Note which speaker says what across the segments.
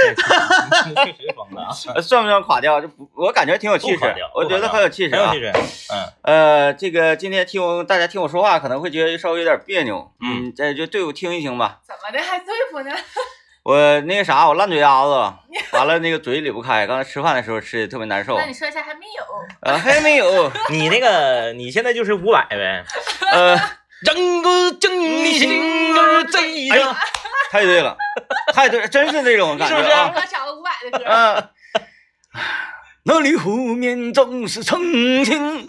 Speaker 1: 啊确实疯了啊，
Speaker 2: 呃算不算垮掉？这不，我感觉挺有气
Speaker 1: 不垮
Speaker 2: 势
Speaker 1: 掉，
Speaker 2: 我
Speaker 1: 不垮
Speaker 2: 觉得
Speaker 1: 掉
Speaker 2: 很有气势
Speaker 1: 很有
Speaker 2: 啊
Speaker 1: 气。质。嗯，
Speaker 2: 呃，这个今天听我大家听我说话，可能会觉得稍微有点别扭，
Speaker 1: 嗯，
Speaker 2: 这就对我听一听吧。
Speaker 3: 怎么的还对付呢？
Speaker 2: 我那个啥，我烂嘴丫 子，完了那个嘴咧不开，刚才吃饭的时候吃的特别难受
Speaker 3: 那，你说一下还没有？
Speaker 2: 呃，还没有，
Speaker 1: 你那个你现在就是五百 呗，
Speaker 2: 呃，
Speaker 1: 整个正
Speaker 2: 你
Speaker 1: 心儿这样，
Speaker 2: 太对了，太对了，真是那种感觉
Speaker 1: 是不是
Speaker 2: 啊，
Speaker 3: 我找个五百的歌，
Speaker 2: 嗯、那里湖面总是澄清，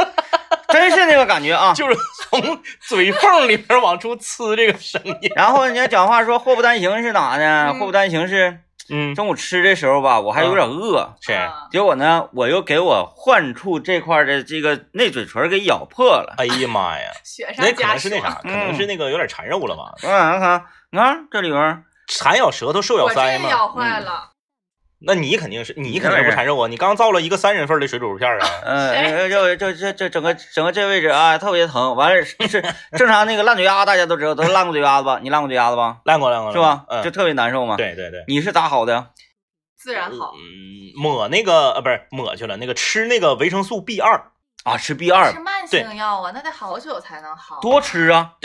Speaker 2: 真是那个感觉啊。
Speaker 1: 就是从嘴缝里边往出呲这个声音。
Speaker 2: 然后人家讲话说祸不单行是哪呢？
Speaker 3: 嗯
Speaker 2: 祸不单行是
Speaker 1: 嗯，哎
Speaker 2: 中午吃的时候吧，我还有点饿，
Speaker 1: 是
Speaker 3: 啊
Speaker 2: 结果呢，我又给我患处这块的这个内嘴唇给咬破了。
Speaker 1: 哎呀妈呀，
Speaker 3: 雪上
Speaker 1: 那可
Speaker 3: 加
Speaker 1: 能
Speaker 3: 霜
Speaker 1: 是。那啥，可能是那个有点缠肉了吧？
Speaker 2: 我看看，你看啊这里面，
Speaker 1: 缠咬舌头，兽咬
Speaker 3: 我
Speaker 1: 腮
Speaker 3: 真
Speaker 1: 嘛。
Speaker 3: 咬坏了，
Speaker 1: 那你肯定是你肯定不缠肉啊，你刚造了一个三人份的水煮肉片 啊。
Speaker 2: 呃，这这这这整个整个这位置啊，特别疼。完了是是正常那个烂嘴丫，大家都知道，都烂过嘴丫子吧？你烂过嘴丫子吧？
Speaker 1: 烂过烂过，
Speaker 2: 是吧？就
Speaker 1: 嗯，
Speaker 2: 特别难受嘛。
Speaker 1: 对对对。
Speaker 2: 你是咋好的？
Speaker 3: 自然好。
Speaker 1: 嗯，抹那个呃不是抹去了，那个吃那个维生素 B 二，
Speaker 2: 啊，吃 B 二
Speaker 3: 是慢性药啊，那得好久才能好。
Speaker 2: 多吃啊！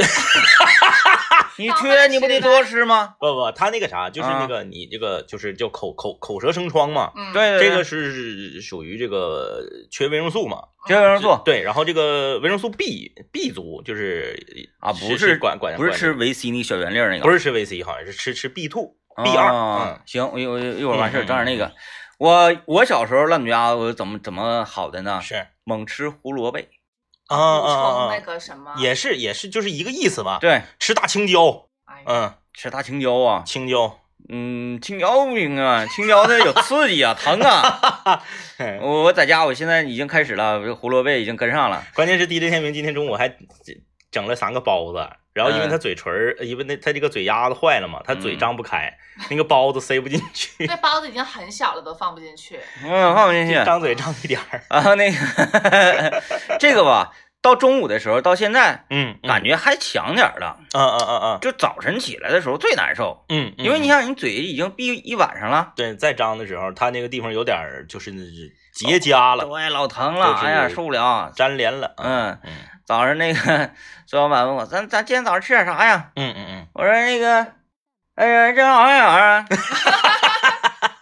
Speaker 2: 你缺你不得多吃吗？
Speaker 1: 不不，它那个啥就是
Speaker 2: 啊
Speaker 1: 那个你这个就是叫口口口舌生疮嘛，
Speaker 3: 嗯，
Speaker 2: 对对对，
Speaker 1: 这个是属于这个缺维生素嘛，
Speaker 2: 绝有人做
Speaker 1: 对，然后这个维生素 B B 族就是
Speaker 2: 啊，
Speaker 1: 是
Speaker 2: 不
Speaker 1: 是
Speaker 2: 是
Speaker 1: 管管
Speaker 2: 不是吃维 C 那小圆粒儿那个，
Speaker 1: 不是吃维 C 好像是吃吃 B two B
Speaker 2: 啊
Speaker 1: 二，
Speaker 2: 行，我一我一会儿完事
Speaker 1: 嗯
Speaker 2: 儿
Speaker 1: 嗯
Speaker 2: 整点那个。我我小时候烂嘴丫子，我怎么怎么好的呢
Speaker 1: 嗯？是啊
Speaker 2: 猛吃胡萝卜，
Speaker 1: 啊
Speaker 3: 补充
Speaker 1: 啊
Speaker 3: 那
Speaker 1: 啊，
Speaker 3: 个什么，
Speaker 1: 也是也是就是一个意思吧，
Speaker 2: 对，
Speaker 1: 吃大青椒，
Speaker 3: 哎呀
Speaker 1: 嗯，
Speaker 2: 吃大青椒啊，
Speaker 1: 青椒，
Speaker 2: 嗯，青椒不行啊，青椒它有刺激啊，疼啊。
Speaker 1: 嘿
Speaker 2: 我我在家，我现在已经开始了，这胡萝卜已经跟上了。
Speaker 1: 关键是 DJ 天明今天中午还整了三个包子，然后因
Speaker 2: 嗯
Speaker 1: 为他嘴唇儿，因为那他这个嘴丫子坏了嘛，他嘴张不开，那个包子塞不进去，
Speaker 3: 那包子已经很小了，都放不进去。
Speaker 2: 嗯，放进去。
Speaker 1: 张嘴张一点儿。
Speaker 2: 然后啊那个 这个吧，到中午的时候，到现在
Speaker 1: 嗯，
Speaker 2: 感
Speaker 1: 觉，
Speaker 2: 觉还强点儿了。
Speaker 1: 嗯嗯嗯嗯
Speaker 2: 就早晨起来的时候最难受，
Speaker 1: 嗯，
Speaker 2: 因为你
Speaker 1: 看，
Speaker 2: 想，你嘴已经闭一晚上了，
Speaker 1: 对，再张的时候，他那个地方有点儿就是结痂了，
Speaker 2: 对，老疼了，
Speaker 1: 就是
Speaker 2: 哎呀，受不了。
Speaker 1: 粘连了。
Speaker 2: 嗯，
Speaker 1: 嗯
Speaker 2: 早上那个 孙老板问我，咱咱今天早上吃点啥呀？
Speaker 1: 嗯嗯
Speaker 2: 我说那个，哎呀，蒸熬虾圆 啊。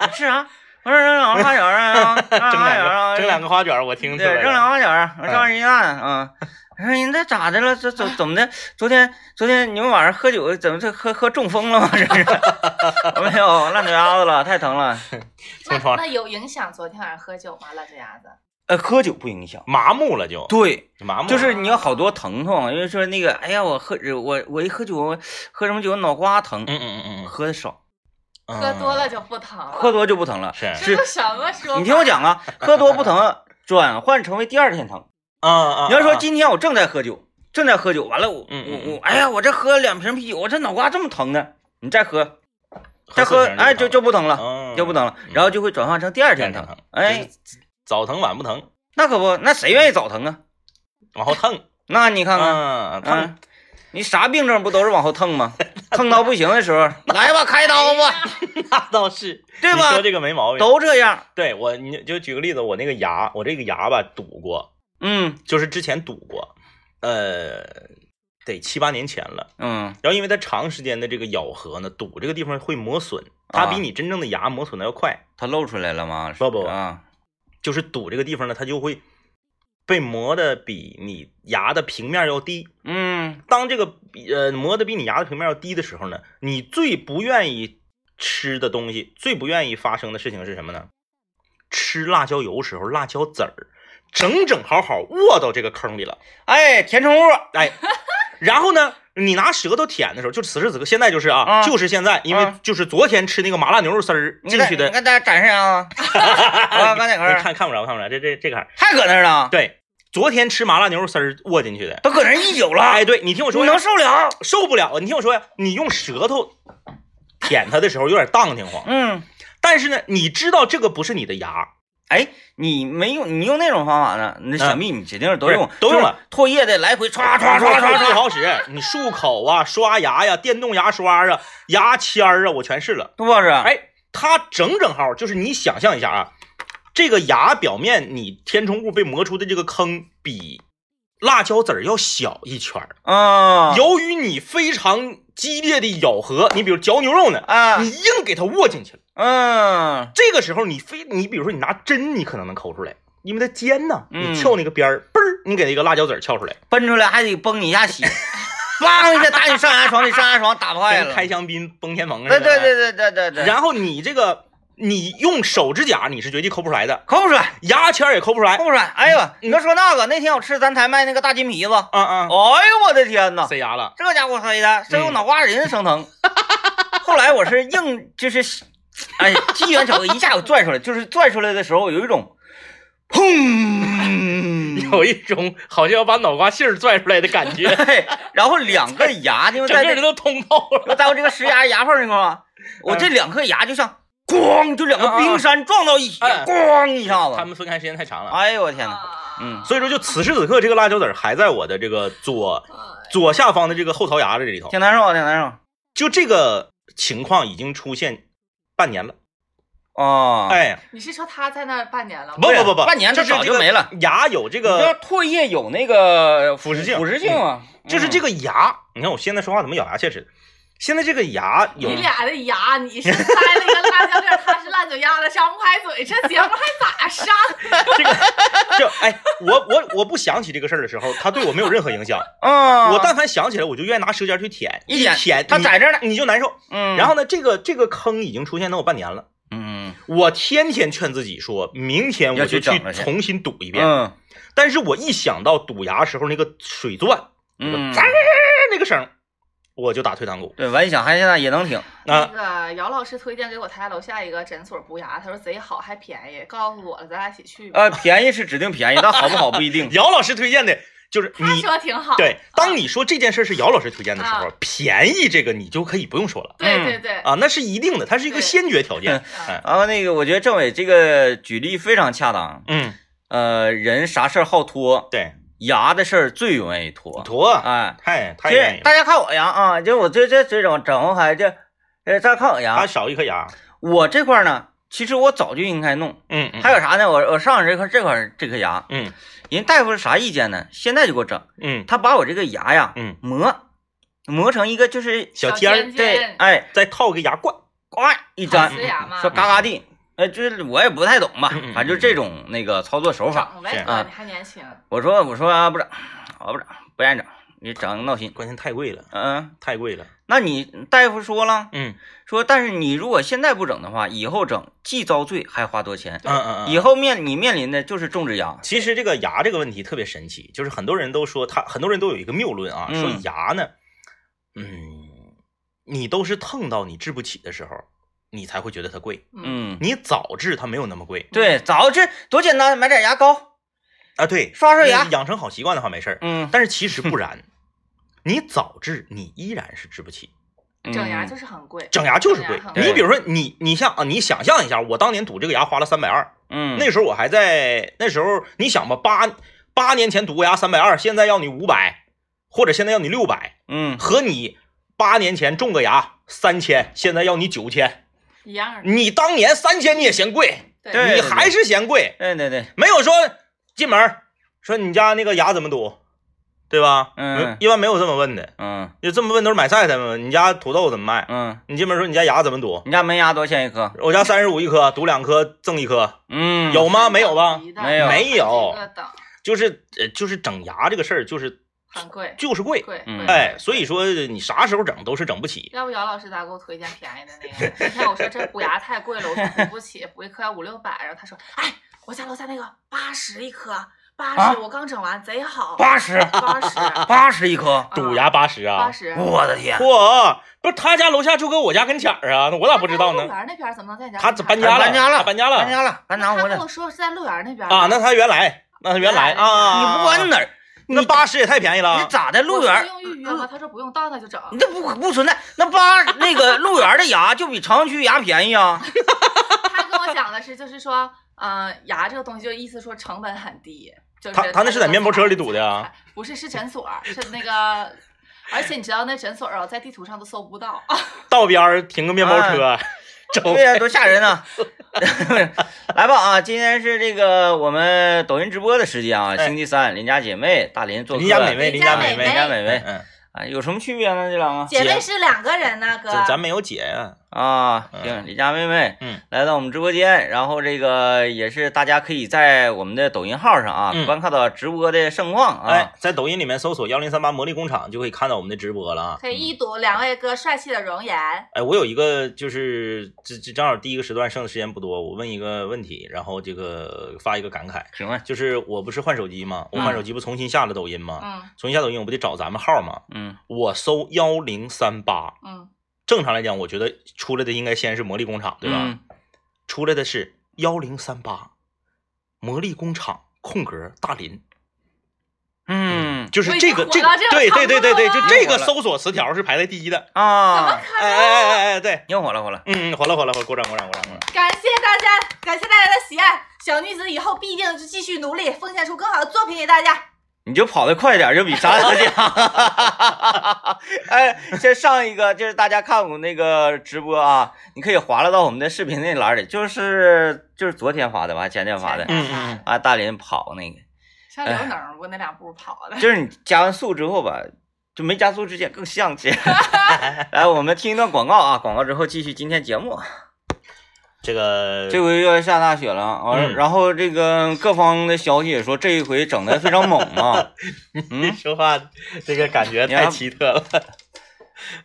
Speaker 2: 你吃啥？啊我说蒸熬虾圆啊， 蒸
Speaker 1: 嗯，蒸
Speaker 2: 熬虾圆
Speaker 1: 两
Speaker 2: 啊，
Speaker 1: 个蒸两个花卷儿，我听出
Speaker 2: 对，
Speaker 1: 来
Speaker 2: 扔两
Speaker 1: 了。
Speaker 2: 花卷儿，我上人家啊。我说你那咋的了？这怎怎么的？昨天昨天你们晚上喝酒，怎么这喝喝中风了吗？这 是？我没有，烂嘴丫子了，太疼了。
Speaker 3: 那
Speaker 1: 从床
Speaker 3: 那有影响昨天晚上喝酒吗？烂嘴牙子，
Speaker 2: 呃，喝酒不影响。
Speaker 1: 麻木了就
Speaker 2: 对，
Speaker 1: 麻木了，
Speaker 2: 就是你要好多疼痛，因为说那个，哎呀，我喝我我一喝酒，喝什么酒脑瓜疼，
Speaker 1: 嗯嗯嗯嗯
Speaker 2: 喝的少，
Speaker 1: 嗯，
Speaker 3: 喝多了就不疼了。
Speaker 2: 喝多就不疼了。
Speaker 1: 是
Speaker 3: 这都什么说法？
Speaker 2: 你听我讲啊，喝多不疼，转换成为第二天疼。
Speaker 1: 啊啊！
Speaker 2: 你要说
Speaker 1: 啊
Speaker 2: 今天我正在喝酒，正在喝酒，完了我
Speaker 1: 嗯嗯
Speaker 2: 我
Speaker 1: 嗯
Speaker 2: 我，哎呀，我这喝了两瓶啤酒，我这脑瓜这么疼呢，你再喝，再喝，
Speaker 1: 四瓶
Speaker 2: 哎，就就不疼了，
Speaker 1: 疼
Speaker 2: 就不疼了，然后就会转化成第二天疼
Speaker 1: 疼，，
Speaker 2: 哎，，
Speaker 1: 早疼晚不疼，
Speaker 2: 那可不，那谁愿意早疼啊？
Speaker 1: 往后蹭，
Speaker 2: 那你看看，
Speaker 1: 嗯，
Speaker 2: 嗯
Speaker 1: 疼，，
Speaker 2: 你啥病症不都是往后腾吗？ 腾到不行的时候，来吧，开刀吧，
Speaker 3: 哎呀
Speaker 1: 那倒是，
Speaker 2: 对
Speaker 1: 你说
Speaker 2: 吧？
Speaker 1: 这个没毛病。
Speaker 2: 都这样，
Speaker 1: 对我，你就举个例子，我那个牙，我这个牙吧堵过，
Speaker 2: 嗯
Speaker 1: 就是之前堵过，呃，得七八年前了。
Speaker 2: 嗯，
Speaker 1: 然后因为它长时间的这个咬合呢，堵这个地方会磨损，它比你真正的牙磨损的要快。
Speaker 2: 它露出来了吗？
Speaker 1: 不不
Speaker 2: 啊，
Speaker 1: 就是堵这个地方呢，它就会被磨的比你牙的平面要低。
Speaker 2: 嗯
Speaker 1: 当这个比呃磨的比你牙的平面要低的时候呢，你最不愿意吃的东西，最不愿意发生的事情是什么呢？吃辣椒油时候，辣椒籽儿整整好好握到这个坑里了，
Speaker 2: 哎，填充物，
Speaker 1: 哎，然后呢，你拿舌头舔的时候，就此时此刻，现在就是啊，
Speaker 2: 啊
Speaker 1: 就是现在，因为
Speaker 2: 啊
Speaker 1: 就是昨天吃那个麻辣牛肉丝儿
Speaker 2: 你
Speaker 1: 进
Speaker 2: 给
Speaker 1: 去
Speaker 2: 大
Speaker 1: 的
Speaker 2: 你，给大家展示啊，啊，刚哪块
Speaker 1: 你
Speaker 2: 儿
Speaker 1: 看看不着，看不着，这这这看，
Speaker 2: 还搁那儿呢？
Speaker 1: 对，昨天吃麻辣牛肉丝儿握进去的，
Speaker 2: 都搁那儿一宿了，
Speaker 1: 哎，对你听我
Speaker 2: 你
Speaker 1: 说呀，
Speaker 2: 能受了？
Speaker 1: 受不了。你听我说呀，你用舌头舔它的时候有点荡挺慌，
Speaker 2: 嗯，
Speaker 1: 但是呢，你知道这个不是你的牙，
Speaker 2: 哎，你没用，你用那种方法呢？那想必你指定是都用
Speaker 1: 不，是都用了，
Speaker 2: 唾液的来回刷刷刷刷
Speaker 1: 不
Speaker 2: 刷，
Speaker 1: 好使。你漱口啊、刷牙呀、电动牙刷啊、牙签儿啊，我全试了。
Speaker 2: 杜博士，，
Speaker 1: 哎，它整整号就是你想象一下啊，这个牙表面你填充物被磨出的这个坑比辣椒籽儿要小一圈儿。
Speaker 2: 啊，
Speaker 1: 由于你非常激烈的咬合，你比如嚼牛肉呢，
Speaker 2: 啊
Speaker 1: 你，硬给它握进去了。
Speaker 2: 嗯，
Speaker 1: 这个时候你非你比如说你拿针，你可能能抠出来，因为它尖呐，
Speaker 2: 嗯
Speaker 1: 你撬那个边儿，嘣儿，你给那个辣椒籽儿撬出来，
Speaker 2: 奔出来还得崩你一下血，梆一下打你上牙床，你上牙床打坏
Speaker 1: 跟
Speaker 2: 了。
Speaker 1: 开香槟崩天棚似
Speaker 2: 对
Speaker 1: 的。
Speaker 2: 对对对对对对，
Speaker 1: 然后你这个你用手指甲你是绝对抠不出来的，
Speaker 2: 抠不出来，
Speaker 1: 牙签儿也抠不出来
Speaker 2: 抠。不出来。
Speaker 1: 嗯
Speaker 2: 哎呦，你别说那个，那天我吃咱台卖那个大金皮子，
Speaker 1: 啊啊
Speaker 2: 哎，呦我的天呐，
Speaker 1: 塞牙了。
Speaker 2: 这家伙黑的，深
Speaker 1: 嗯
Speaker 2: 入脑瓜仁生疼。 后来我是硬就是，哎，机缘巧合一下我拽出来，就是拽出来的时候有一种，砰，
Speaker 1: 有一种好像要把脑瓜杏儿拽出来的感 觉，
Speaker 2: 对，然后两个牙因为
Speaker 1: 整
Speaker 2: 在
Speaker 1: 个
Speaker 2: 这
Speaker 1: 人都嗯通透了。
Speaker 2: 就在我这个石牙牙缝那块儿啊，我这两颗牙就像咣，就两个冰山撞到一起，
Speaker 1: 哎
Speaker 2: 咣一下
Speaker 1: 他
Speaker 2: 子。
Speaker 1: 们分开时间太长了，
Speaker 2: 哎呦我天哪！
Speaker 3: 啊
Speaker 2: 嗯
Speaker 1: 所以说就此时此刻，这个辣椒籽儿还在我的这个左
Speaker 3: 哎
Speaker 1: 左下方的这个后槽牙这里头。
Speaker 2: 挺难受，啊挺难受。
Speaker 1: 就这个情况已经出现半年了。
Speaker 2: 哦，，
Speaker 1: 哎，
Speaker 3: 你是说他在那儿半年了
Speaker 1: 不
Speaker 3: 吗？
Speaker 1: 不不不，
Speaker 2: 半啊年
Speaker 1: 就是
Speaker 2: 早
Speaker 1: 这
Speaker 2: 就
Speaker 1: 个
Speaker 2: 没了。
Speaker 1: 牙有这
Speaker 2: 你知道
Speaker 1: 个，
Speaker 2: 唾液有那个
Speaker 1: 腐蚀性嗯
Speaker 2: 腐蚀性啊，
Speaker 1: 就是这
Speaker 2: 个
Speaker 1: 个牙。你看我现在说话怎么咬牙切齿的？现在这个牙有
Speaker 3: 你俩的牙，你是塞了一个辣椒粒儿，他是烂嘴丫子，张不开 嘴，这节目还咋上？
Speaker 1: 这个，就哎，我我我不想起这个事儿的时候，它对我没有任何影 响。
Speaker 2: 啊，
Speaker 1: 我但凡想起来，我就愿意拿舌尖去舔，
Speaker 2: 一
Speaker 1: 一
Speaker 2: 舔
Speaker 1: 舔
Speaker 2: 它
Speaker 1: 你
Speaker 2: 在这儿呢
Speaker 1: 你就难受。
Speaker 2: 嗯，
Speaker 1: 然后呢，这个这个坑已经出现能有半年了。
Speaker 2: 嗯
Speaker 1: 我天天劝自己说，明天我
Speaker 2: 要
Speaker 1: 就
Speaker 2: 去
Speaker 1: 去
Speaker 2: 整了去
Speaker 1: 重新堵一遍。
Speaker 2: 嗯
Speaker 1: 但是我一想到堵牙时候那个水钻，
Speaker 2: 嗯，
Speaker 1: 滋儿那个声儿，我就打退堂鼓
Speaker 2: 对，完想还现在也能 挺，
Speaker 3: 那
Speaker 1: 啊。
Speaker 3: 个姚老师推荐给我他家楼下一个诊所补牙，他说贼好还便宜，告诉我了，咱俩一起去吧。
Speaker 2: 呃，便宜是指定便宜，但好不好不一定。
Speaker 1: 姚老师推荐的就是
Speaker 3: 他
Speaker 1: 呃你
Speaker 3: 说挺好。嗯
Speaker 1: 对，当你说这件事是姚老师推荐的时候
Speaker 3: 啊，
Speaker 1: 便宜这个你就可以不用说了
Speaker 3: 对
Speaker 2: 嗯
Speaker 3: 对对，
Speaker 1: 啊，那是一定的，它是一个
Speaker 3: 对
Speaker 1: 先决条件。
Speaker 3: 嗯
Speaker 1: 哎，
Speaker 2: 然后那个，我觉得政委这个举例非常恰当。
Speaker 1: 嗯，
Speaker 2: 呃，人啥事儿好拖，
Speaker 1: 对，
Speaker 2: 牙的事儿最容易拖。
Speaker 1: 坨
Speaker 2: 哎，
Speaker 1: 太
Speaker 2: 其
Speaker 1: 太愿
Speaker 2: 实
Speaker 1: 意了，
Speaker 2: 大家看我牙啊，就我这这这种整红孩这，呃，大家看我
Speaker 1: 他
Speaker 2: 牙，
Speaker 1: 少一颗牙。
Speaker 2: 我这块儿呢，其实我早就应该弄。
Speaker 1: 嗯，嗯
Speaker 2: 还有啥呢？我我上这块这块这颗牙，
Speaker 1: 嗯
Speaker 2: 人大夫是啥意见呢？现在就给我整，
Speaker 1: 嗯
Speaker 2: 他把我这个牙呀
Speaker 1: 嗯，
Speaker 2: 磨磨成一个就是
Speaker 1: 小尖儿
Speaker 3: 尖
Speaker 2: 对，哎，
Speaker 1: 再套个牙冠。
Speaker 2: 呱一
Speaker 3: 陶
Speaker 2: 粘，
Speaker 3: 瓷牙嘛，
Speaker 2: 说嘎嘎地，呃，就是我也不太懂吧
Speaker 1: 嗯嗯嗯，
Speaker 2: 反正就这种那个操作手法。
Speaker 3: 整呗，
Speaker 2: 啊
Speaker 1: 嗯
Speaker 3: 哥，你还年轻，
Speaker 2: 我说我说啊，不整，我不整，不愿意整，你整闹心。
Speaker 1: 关键太贵了，
Speaker 2: 嗯，
Speaker 1: 太贵了。
Speaker 2: 那你大夫说了，
Speaker 1: 嗯
Speaker 2: 说但是你如果现在不整的话，以后整既遭罪还花多钱，
Speaker 1: 嗯嗯嗯。
Speaker 2: 以后面你面临的就是种植牙。
Speaker 1: 其实这个牙这个问题特别神奇，就是很多人都说他，很多人都有一个谬论啊，
Speaker 2: 嗯
Speaker 1: 说牙呢，嗯，你都是疼到你治不起的时候，你才会觉得它贵，
Speaker 2: 嗯，
Speaker 1: 你早治它没有那么贵
Speaker 2: 对，早这多简单，买点牙膏，
Speaker 1: 啊。对，
Speaker 2: 刷刷牙
Speaker 1: 你养成好习惯的话没事儿，
Speaker 2: 嗯，
Speaker 1: 但是其实不然，你早治你依然是治不起，
Speaker 3: 整牙
Speaker 2: 嗯
Speaker 3: 就是很贵，
Speaker 1: 整牙就是贵
Speaker 3: 整牙。很
Speaker 2: 贵
Speaker 1: 你比如说你你像啊，你想象一下，我当年堵这个牙花了三百二，
Speaker 2: 嗯，
Speaker 1: 那时候我还在，那时候你想吧，八八年前堵过牙三百二，现在要你五百，或者现在要你六百。
Speaker 2: 嗯
Speaker 1: 和你八年前种个牙三千，现在要你九千，
Speaker 3: 一样的。
Speaker 1: 你当年三千你也嫌贵，
Speaker 2: 对
Speaker 1: 你还是嫌贵，
Speaker 2: 对对对，
Speaker 1: 没有说进门儿说你家那个牙怎么堵，对吧？
Speaker 2: 嗯
Speaker 1: 一般没有这么问的，
Speaker 2: 嗯
Speaker 1: 就这么问都是买菜他们问，你家土豆怎么卖？
Speaker 2: 嗯，
Speaker 1: 你进门说你家牙怎么堵？
Speaker 2: 你家门牙多少钱一颗？
Speaker 1: 我家三十五一颗，堵两颗赠一颗，
Speaker 2: 嗯，
Speaker 1: 有吗？没有吧？
Speaker 2: 没有
Speaker 1: 没有
Speaker 3: 这个等
Speaker 1: 就是呃，就是整牙这个事儿，就是
Speaker 3: 很贵，
Speaker 1: 就是贵，
Speaker 3: 贵，
Speaker 2: 嗯
Speaker 3: 贵
Speaker 1: 哎，所以说你啥时候整都是整不起。
Speaker 3: 要不姚老师咋给我推荐便宜的那个？你看我说这补牙太贵了，我说补不起，补一颗要五六百。然后他说，哎，我家楼下那个八十一颗，八
Speaker 2: 啊
Speaker 3: 十我刚整完，贼好，
Speaker 2: 八十，
Speaker 3: 八十，嗯
Speaker 2: 八十一颗，
Speaker 1: 堵牙八十啊，
Speaker 3: 八十。
Speaker 2: 我的天，
Speaker 1: 嚯，不是他家楼下就搁我家跟前儿啊，那我咋不知道
Speaker 3: 那
Speaker 1: 呢？
Speaker 3: 在路园那边怎么能在你家？啊
Speaker 1: 他搬家了，
Speaker 2: 搬家了
Speaker 1: 他搬家了
Speaker 2: 搬家了，搬家
Speaker 3: 他
Speaker 2: 我
Speaker 3: 跟
Speaker 2: 的
Speaker 3: 我，说是在路园那边
Speaker 1: 啊！那他原来，那他原来
Speaker 3: 原来
Speaker 1: 啊，
Speaker 2: 你不管哪儿，
Speaker 1: 那八十也太便宜
Speaker 2: 你
Speaker 1: 了。啊
Speaker 2: 咋的
Speaker 3: 我
Speaker 2: 路
Speaker 3: 说
Speaker 2: 园？
Speaker 3: 用预约吗？他说不用，到那就整。
Speaker 1: 嗯
Speaker 2: 你这不不存在，那八那个路园的牙就比朝阳区牙便 宜啊！
Speaker 3: 他跟我讲的是，就是说，嗯、牙这个东西，就意思说成本很低。就是
Speaker 1: 他他那是在面包车里堵的呀
Speaker 3: 呀？哎不是，是诊所，是那个，哦而且你知道那诊所啊，在地图上都搜不到。
Speaker 1: 道边儿停个面包车，啊周
Speaker 2: 对呀、多吓人啊！ 来吧啊，今天是这个我们抖音直播的时间啊，
Speaker 1: 哎
Speaker 2: 星期三，邻家姐妹，大林做客，
Speaker 1: 邻家美味，邻
Speaker 3: 邻家
Speaker 1: 家美
Speaker 3: 美味
Speaker 1: 味，
Speaker 2: 邻家美
Speaker 1: 嗯
Speaker 2: 味，
Speaker 1: 嗯，
Speaker 2: 啊，有什么区别呢？这两个
Speaker 3: 姐妹是两个人呐，哥，
Speaker 1: 咱咱没有姐呀，
Speaker 2: 啊，
Speaker 1: 嗯
Speaker 2: 行，邻家妹妹，
Speaker 1: 嗯，
Speaker 2: 来到我们直播间，然后这个也是大家可以在我们的抖音号上啊，
Speaker 1: 嗯
Speaker 2: 观看到直播的盛况啊。
Speaker 1: 哎，在抖音里面搜索幺零三八魔力工厂就可以看到我们的直播了啊。
Speaker 3: 可以一睹两位哥帅气的容颜。
Speaker 1: 哎，我有一个就是这这正好第一个时段剩的时间不多，我问一个问题，然后这个发一个感慨，
Speaker 2: 请问，
Speaker 1: 就是我不是换手机吗？我换手机不重新下了抖音吗？
Speaker 3: 嗯
Speaker 1: 重新下抖音我不得找咱们号吗？
Speaker 2: 嗯
Speaker 1: 我搜幺零三八，
Speaker 3: 嗯，
Speaker 1: 正常来讲，我觉得出来的应该先是魔力工厂，对吧？
Speaker 2: 嗯
Speaker 1: 出来的是幺零三八，魔力工厂空格大林，
Speaker 2: 嗯
Speaker 1: 就是这个
Speaker 3: 我已经
Speaker 1: 这个
Speaker 3: 火了这
Speaker 1: 对
Speaker 3: 个
Speaker 1: 对对对对，就
Speaker 3: 差不多了
Speaker 1: 这个搜索词条是排在第一的。
Speaker 3: 嗯
Speaker 2: 啊，
Speaker 1: 哎哎哎哎哎，对，
Speaker 2: 又火了火了，
Speaker 1: 嗯，火了火了火了，鼓掌鼓掌鼓掌鼓掌。
Speaker 3: 感谢大家，感谢大家的喜爱。小女子以后必定继续努力，奉献出更好的作品给大家。
Speaker 2: 你就跑得快点儿，就比啥都强。 哎，这上一个就是大家看我们那个直播啊，你可以划拉到我们的视频那栏里，就是就是昨天发的吧，还前天发的
Speaker 3: 前天
Speaker 1: 嗯嗯嗯，
Speaker 2: 啊，大林跑那个，
Speaker 3: 像
Speaker 2: 哎
Speaker 3: 刘能不那两步跑 的，
Speaker 2: 就是你加完速之后吧，就没加速之前更像些。 来，我们听一段广告啊，广告之后继续今天节目。
Speaker 1: 这个
Speaker 2: 这回又要下大雪了啊，完了
Speaker 1: 嗯
Speaker 2: 然后这个各方的消息也说这一回整的非常猛 嘛。嗯，
Speaker 1: 说话这个感觉
Speaker 2: 你看
Speaker 1: 太奇特了。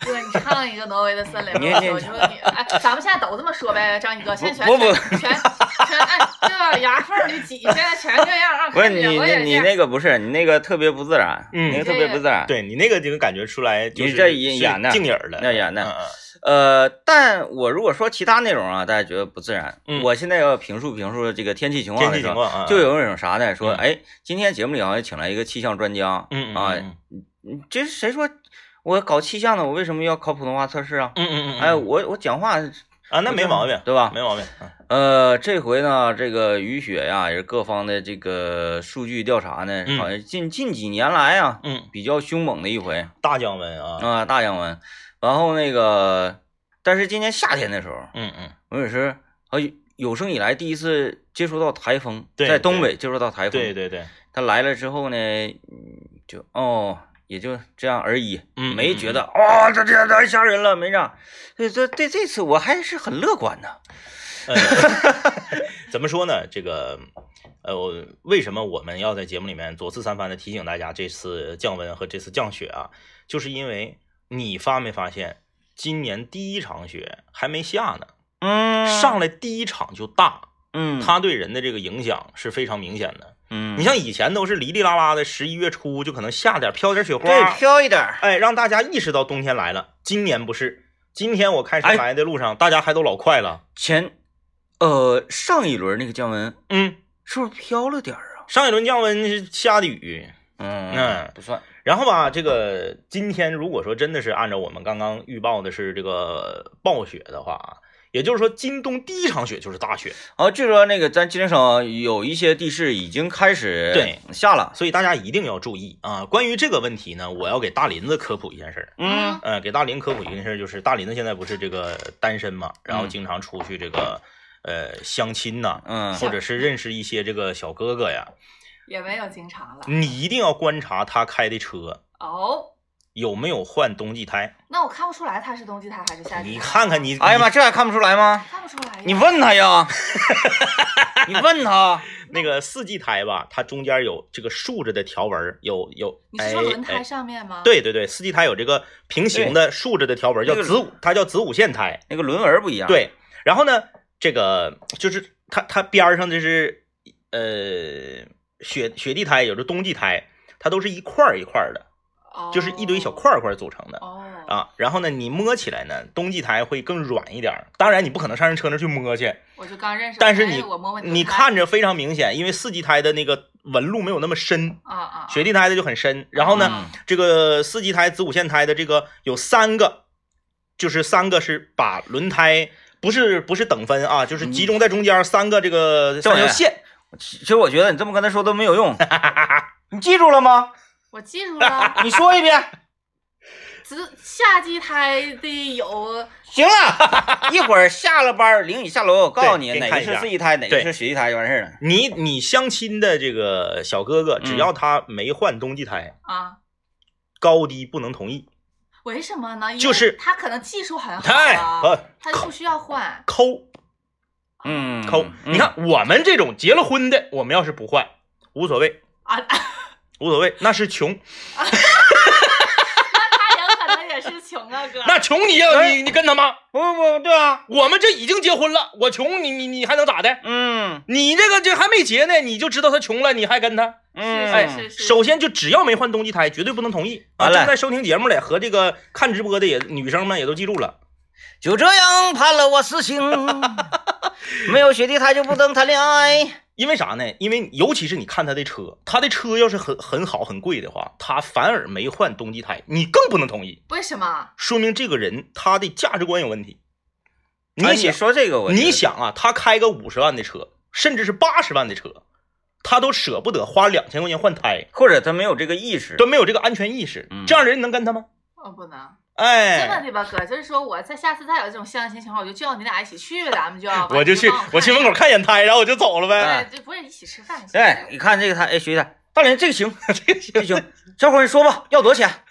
Speaker 3: 哥，你唱一个挪威的森林吧，
Speaker 2: 你你
Speaker 3: 我就问你，哎，咱们现在都这么说呗，张一哥，现在
Speaker 2: 我
Speaker 3: 全
Speaker 2: 我
Speaker 3: 全全全哎，这牙缝里挤，现在全这样，让
Speaker 2: 不是
Speaker 3: 看
Speaker 2: 你
Speaker 3: 见我
Speaker 2: 你
Speaker 3: 也
Speaker 2: 你
Speaker 3: 这样
Speaker 2: 那个不是你那个特别不自然，
Speaker 1: 嗯
Speaker 2: 那个特别不自 然。
Speaker 1: 对你那个就感觉出来，就
Speaker 2: 你
Speaker 1: 是
Speaker 2: 这
Speaker 1: 是
Speaker 2: 演的
Speaker 1: 静影儿的，
Speaker 2: 那演的
Speaker 1: 嗯嗯
Speaker 2: 呃，但我如果说其他内容啊，大家觉得不自然，
Speaker 1: 嗯
Speaker 2: 我现在要评述评述这个天气情况
Speaker 1: 天
Speaker 2: 的
Speaker 1: 气
Speaker 2: 时
Speaker 1: 情
Speaker 2: 候，
Speaker 1: 况啊，
Speaker 2: 就有一种啥呢？说
Speaker 1: 嗯
Speaker 2: 哎，今天节目里好像请来一个气象专家，
Speaker 1: 嗯嗯
Speaker 2: 啊
Speaker 1: 嗯
Speaker 2: 嗯这是谁说我搞气象的，我为什么要考普通话测试啊？
Speaker 1: 嗯嗯嗯，
Speaker 2: 哎，
Speaker 1: 嗯
Speaker 2: 我我讲话
Speaker 1: 啊，那没毛病，
Speaker 2: 对吧？
Speaker 1: 没毛病，嗯
Speaker 2: 呃，这回呢，这个雨雪呀，也是各方的这个数据调查呢，
Speaker 1: 嗯
Speaker 2: 好像近近几年来啊，
Speaker 1: 嗯，
Speaker 2: 比较凶猛的一回啊、
Speaker 1: 大降温啊，
Speaker 2: 大降温。然后那个，但是今年夏天的时候，
Speaker 1: 嗯嗯，
Speaker 2: 我也是啊有有生以来第一次接触到台风，
Speaker 1: 对
Speaker 2: 在东
Speaker 1: 对
Speaker 2: 北接触到台风，
Speaker 1: 对对 对，
Speaker 2: 他来了之后呢，嗯就哦，也就这样而已，
Speaker 1: 嗯
Speaker 2: 没
Speaker 1: 嗯
Speaker 2: 觉得哦，这这太吓人了，没啥。所以说对这次我还是很乐观的。
Speaker 1: 呃，嗯 怎么说呢？这个，呃，我为什么我们要在节目里面左次三番的提醒大家这次降温和这次降雪啊？就是因为你发没发现，今年第一场雪还没下呢，
Speaker 2: 嗯，
Speaker 1: 上来第一场就大，
Speaker 2: 嗯，
Speaker 1: 它对人的这个影响是非常明显的。
Speaker 2: 嗯，
Speaker 1: 你像以前都是哩哩啦啦的，十一月初就可能下点飘点雪花，
Speaker 2: 对飘一点儿，
Speaker 1: 哎，让大家意识到冬天来了。今年不是，今天我开车
Speaker 2: 哎
Speaker 1: 来的路上，大家还都老快了。
Speaker 2: 前呃上一轮那个降温
Speaker 1: 嗯，
Speaker 2: 是不是飘了点儿啊？
Speaker 1: 上一轮降温是下的雨，
Speaker 2: 嗯
Speaker 1: 嗯
Speaker 2: 不算，
Speaker 1: 然后吧，这个今天如果说真的是按照我们刚刚预报的是这个暴雪的话啊，也就是说今冬第一场雪就是大雪，
Speaker 2: 啊，据说那个咱吉林省有一些地市已经开始
Speaker 1: 对
Speaker 2: 下了，
Speaker 1: 所以大家一定要注意啊。关于这个问题呢，我要给大林子科普一件事儿。
Speaker 2: 嗯
Speaker 1: 呃，给大林科普一件事儿，就是大林子现在不是这个单身嘛，然后
Speaker 3: 嗯
Speaker 1: 经常出去这个呃相亲呐、
Speaker 2: 嗯
Speaker 1: 或者是认识一些这个小哥哥呀，
Speaker 3: 也没有经常了。
Speaker 1: 你一定要观察他开的车
Speaker 3: 哦，
Speaker 1: 有没有换冬季胎，
Speaker 3: 那我看不出来他是冬季胎还是夏季。
Speaker 1: 你看看，你，
Speaker 2: 哎呀妈，这还看不出来吗？
Speaker 3: 看不出来呀。
Speaker 2: 你问 他呀，你问他，
Speaker 1: 那个四季胎吧，它中间有这个竖着的条纹儿，有有，
Speaker 3: 你是
Speaker 1: 哎
Speaker 3: 说轮胎
Speaker 1: 哎，
Speaker 3: 上面吗？，
Speaker 1: 对对对，四季胎有这个平行的竖着的条纹儿，
Speaker 2: 那
Speaker 1: 叫
Speaker 2: 个
Speaker 1: 子午，它叫子午线胎，
Speaker 2: 那个轮纹不一样，，
Speaker 1: 对，然后呢，这个就是它它边儿上这是呃雪雪地胎，有的冬季胎，它都是一块儿一块儿的，
Speaker 3: 哦、
Speaker 1: 就是一堆小。块儿块儿组成的。
Speaker 3: 哦，
Speaker 1: 啊，然后呢，你摸起来呢，冬季胎会更软一点儿。当然，你不可能上人车那儿去摸去，
Speaker 3: 我就刚认识。
Speaker 1: 但是
Speaker 3: 哎
Speaker 1: 你
Speaker 3: 我摸摸的
Speaker 1: 你
Speaker 3: 胎
Speaker 1: 看着非常明显，因为四季胎的那个纹路没有那么深，
Speaker 3: 啊啊，
Speaker 1: 雪地胎的就很深。然后呢，
Speaker 2: 嗯
Speaker 1: 这个四季胎、子午线胎的这个有三个，就是三个是把轮胎不是不是等分啊，就是集中在中间三个这个
Speaker 2: 赵
Speaker 1: 三条
Speaker 2: 岩
Speaker 1: 线。
Speaker 2: 其其实我觉得你这么跟他说都没有 用，你记住了吗？
Speaker 3: 我记住了。
Speaker 2: 你说一遍，
Speaker 3: 只下鸡胎的有，
Speaker 2: 行了，一会儿下了班儿领你下楼，我告诉你
Speaker 1: 对给
Speaker 2: 哪
Speaker 1: 你
Speaker 2: 个
Speaker 1: 看一
Speaker 2: 是
Speaker 1: 下
Speaker 2: 四姨胎，哪个
Speaker 1: 对
Speaker 2: 是血一胎，就完事儿了。
Speaker 1: 你你相亲的这个小哥哥，只
Speaker 2: 嗯
Speaker 1: 要他没换冬季胎，
Speaker 3: 啊，
Speaker 1: 高低不能同意。
Speaker 3: 为什么呢？因为
Speaker 1: 就是
Speaker 3: 他可能技术很好
Speaker 1: 太
Speaker 3: 啊，
Speaker 1: 呃
Speaker 3: 他就不需要换。
Speaker 1: 抠
Speaker 2: 嗯，
Speaker 1: 抠，
Speaker 2: 嗯
Speaker 1: 你，看我们这种结了婚的，我们要是不换，无所谓，
Speaker 3: 啊，
Speaker 1: 无所谓，那是穷，
Speaker 3: 他也可能也是穷啊，哥。
Speaker 1: 那穷你要
Speaker 2: 哎
Speaker 1: 你你跟他吗？
Speaker 2: 不不不对啊，
Speaker 1: 我们这已经结婚了，我穷你你你还能咋的？
Speaker 2: 嗯
Speaker 1: 你这个这还没结呢，你就知道他穷了，你还跟他？
Speaker 2: 嗯，
Speaker 1: 哎
Speaker 3: 是，是
Speaker 1: 首先就只要没换冬季胎，绝对不能同意。啊，
Speaker 2: 完了
Speaker 1: 正在收听节目的和这个看直播的也女生们也都记住了，
Speaker 2: 就这样判了我死刑， 没有血地胎就不能谈恋爱。
Speaker 1: 因为啥呢？因为尤其是你看他的车，他的车要是很很好很贵的话，他反而没换冬季胎，你更不能同意，
Speaker 3: 为什么？
Speaker 1: 说明这个人他的价值观有问题。你
Speaker 2: 哎
Speaker 1: 想，
Speaker 2: 说这个我觉得，
Speaker 1: 你想啊，他开个五十万的车，甚至是八十万的车，他都舍不得花两千块钱换胎，
Speaker 2: 或者他没有这个意识，
Speaker 1: 都没有这个安全意识
Speaker 2: 嗯，
Speaker 1: 这样人能跟他吗？
Speaker 3: 我哦不能，真的
Speaker 1: 哎，
Speaker 3: 的吧，哥？就是说我再下次再有这种相亲情况，我就叫你俩一起去，咱们就
Speaker 1: 我就去，我去门口。看眼胎，然后我就走了
Speaker 2: 哎
Speaker 1: 呗。
Speaker 3: 对，就不是一起吃饭。
Speaker 2: 哎，你看这个他，哎，学的，大林这个行，
Speaker 1: 哎
Speaker 2: 这个行，这行，小伙你说吧，要多少钱？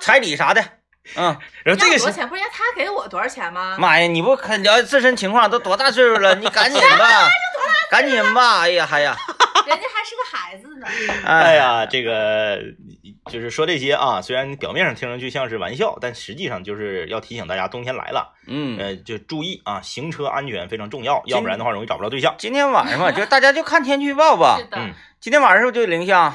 Speaker 2: 彩礼啥的，嗯，
Speaker 1: 然后
Speaker 3: 要
Speaker 1: 这
Speaker 3: 多
Speaker 1: 个
Speaker 3: 少
Speaker 1: 是
Speaker 3: 钱？不是让他给我多少钱吗？
Speaker 2: 妈呀，你不肯了解自身情况，都多大岁数了，你赶紧吧，赶紧吧，哎呀，哎呀，
Speaker 3: 人家还是个孩子呢。
Speaker 1: 哎，呀，这个就是说这些啊，虽然表面上听上去像是玩笑，但实际上就是要提醒大家，冬天来了，
Speaker 2: 嗯，
Speaker 1: 呃，就注意啊，行车安全非常重要，要不然的话容易找不着对象。
Speaker 2: 今天晚上嘛，就大家就看天气预报吧
Speaker 3: 是，的，
Speaker 1: 嗯，
Speaker 2: 今天晚上是不是就零下？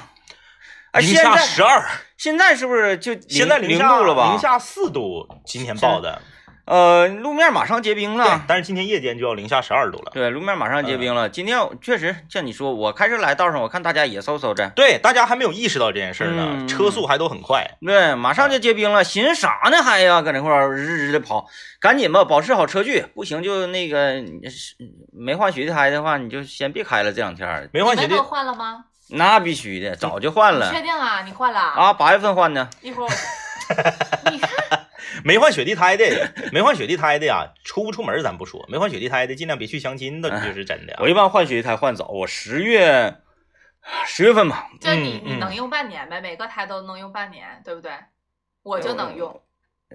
Speaker 2: 啊，
Speaker 1: 零
Speaker 2: 现
Speaker 1: 下
Speaker 2: 在
Speaker 1: 十二，
Speaker 2: 现在是不是就零
Speaker 1: 现在
Speaker 2: 零
Speaker 1: 下
Speaker 2: 度了吧？
Speaker 1: 零下四度，今天报的，
Speaker 2: 呃，路面马上结冰
Speaker 1: 对
Speaker 2: 了。，
Speaker 1: 但是今天夜间就要零下十二度了。
Speaker 2: 对，路面马上结冰
Speaker 1: 嗯
Speaker 2: 了。今天我确实像你说，我开车来道上，我看大家也嗖嗖的。
Speaker 1: 对，大家还没有意识到这件事儿
Speaker 2: 嗯
Speaker 1: 呢，车速还都很快。
Speaker 2: 对，马上就结冰了，寻啥呢还呀？搁那块儿日日的跑，赶紧吧，保持好车距。不行就那个你是没换雪地胎的话，你就先别开了。这两天儿
Speaker 1: 没换
Speaker 3: 你
Speaker 1: 鞋
Speaker 3: 们都
Speaker 1: 的，
Speaker 3: 换了吗？
Speaker 2: 那必须的，早就换
Speaker 3: 你
Speaker 2: 了
Speaker 3: 确定啊？你换了？
Speaker 2: 啊，八月份换的。
Speaker 3: 一 会儿我。你看，
Speaker 1: 没换雪地胎的，没换雪地胎的呀，出不出门儿咱不说，没换雪地胎的尽量别去相亲，那就是真的啊。
Speaker 2: 哎我一般换雪地胎换早，我十月十月份吧。
Speaker 3: 就是你，
Speaker 1: 嗯
Speaker 3: 你
Speaker 1: 嗯
Speaker 3: 能用半年呗，每个台都能用半年，对不对？我
Speaker 1: 呃
Speaker 3: 就能用，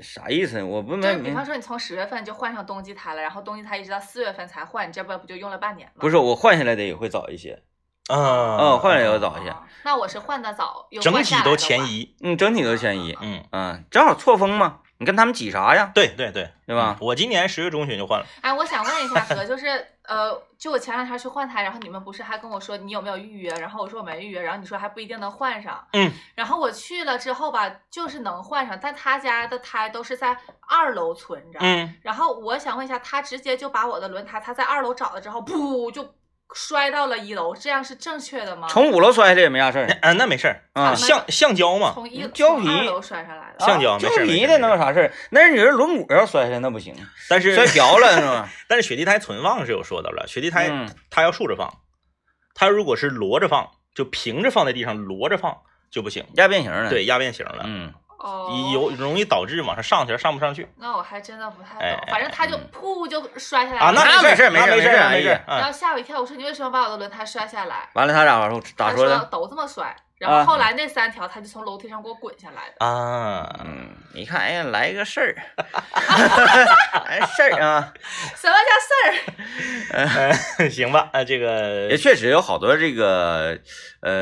Speaker 2: 啥意思？我不
Speaker 3: 就
Speaker 2: 没
Speaker 3: 是比
Speaker 2: 没
Speaker 3: 方说你从十月份就换上冬季胎了，然后冬季胎一直到四月份才换，你这不不就用了半年吗？
Speaker 2: 不是我换下来的也会早一些。
Speaker 1: 啊
Speaker 2: 嗯，换下来也会早一些。
Speaker 3: 啊，那我是换的早，又
Speaker 1: 整
Speaker 3: 换
Speaker 1: 体
Speaker 3: 下来
Speaker 1: 都
Speaker 3: 的
Speaker 1: 前
Speaker 3: 晚。
Speaker 1: 移。
Speaker 2: 嗯，整体都迁移。
Speaker 1: 嗯，
Speaker 2: 嗯，正好错峰嘛，你跟他们挤啥呀？
Speaker 1: 对对对，
Speaker 2: 对
Speaker 3: 嗯
Speaker 2: 吧？
Speaker 1: 我今年十月中旬就换了，
Speaker 3: 哎，我想问一下哥，就是呃，就我前两天去换胎，然后你们不是还跟我说你有没有预约？然后我说我没预约，然后你说还不一定能换上。
Speaker 1: 嗯。
Speaker 3: 然后我去了之后吧，就是能换上，但他家的胎都是在二楼存着。
Speaker 1: 嗯，
Speaker 3: 然后我想问一下，他直接就把我的轮胎，他在二楼找了之后，噗就摔到了一楼，这样是正确的吗？
Speaker 2: 从五楼摔下来也没啥事
Speaker 1: 那
Speaker 2: 儿
Speaker 1: 啊那没事儿，
Speaker 2: 啊
Speaker 3: 嗯。
Speaker 1: 橡橡胶嘛，
Speaker 3: 从一
Speaker 2: 胶
Speaker 3: 从
Speaker 2: 皮
Speaker 3: 二楼摔上来的。
Speaker 1: 橡胶没
Speaker 2: 啊就
Speaker 1: 事儿
Speaker 2: 是
Speaker 1: 没事儿
Speaker 2: 皮
Speaker 1: 没
Speaker 2: 的
Speaker 1: 事
Speaker 2: 能有啥事儿？那你是轮毂要摔下来那不行，
Speaker 1: 但 是
Speaker 2: 摔瓢了 是吧？
Speaker 1: 但是雪地胎存放是有说到了，雪地胎、
Speaker 2: 嗯
Speaker 1: 它要竖着放，它如果是摞着放，就平着放在地上摞着放就不行，
Speaker 2: 压变形了。，
Speaker 1: 对，压变形了，
Speaker 2: 嗯，
Speaker 3: 哦，
Speaker 1: 有容易导致往上上去上不上去
Speaker 3: 那我还真的不太
Speaker 1: 哎
Speaker 3: 懂，反正他就
Speaker 2: 嗯
Speaker 3: 噗就摔下来了。
Speaker 1: 啊。那
Speaker 2: 没
Speaker 1: 没
Speaker 2: 事儿
Speaker 1: 儿那
Speaker 2: 没
Speaker 1: 没
Speaker 2: 事儿
Speaker 1: 事儿
Speaker 2: 没
Speaker 1: 没
Speaker 2: 事
Speaker 1: 事
Speaker 2: 儿哎
Speaker 1: 儿，
Speaker 3: 然后
Speaker 1: 嗯
Speaker 3: 吓我一跳，我说你为什么把我的轮胎摔下来？
Speaker 2: 完了他咋说咋
Speaker 3: 他
Speaker 2: 说的？
Speaker 3: 都这么摔，然
Speaker 2: 啊
Speaker 3: 后后来那三条他就从楼梯上给我滚下来的。
Speaker 1: 啊，
Speaker 2: 嗯，你看，哎呀，来个事儿， 来事儿啊！
Speaker 3: 什么叫 事
Speaker 1: 哎 行吧，啊这个
Speaker 2: 也确实有好多这个
Speaker 3: 儿？因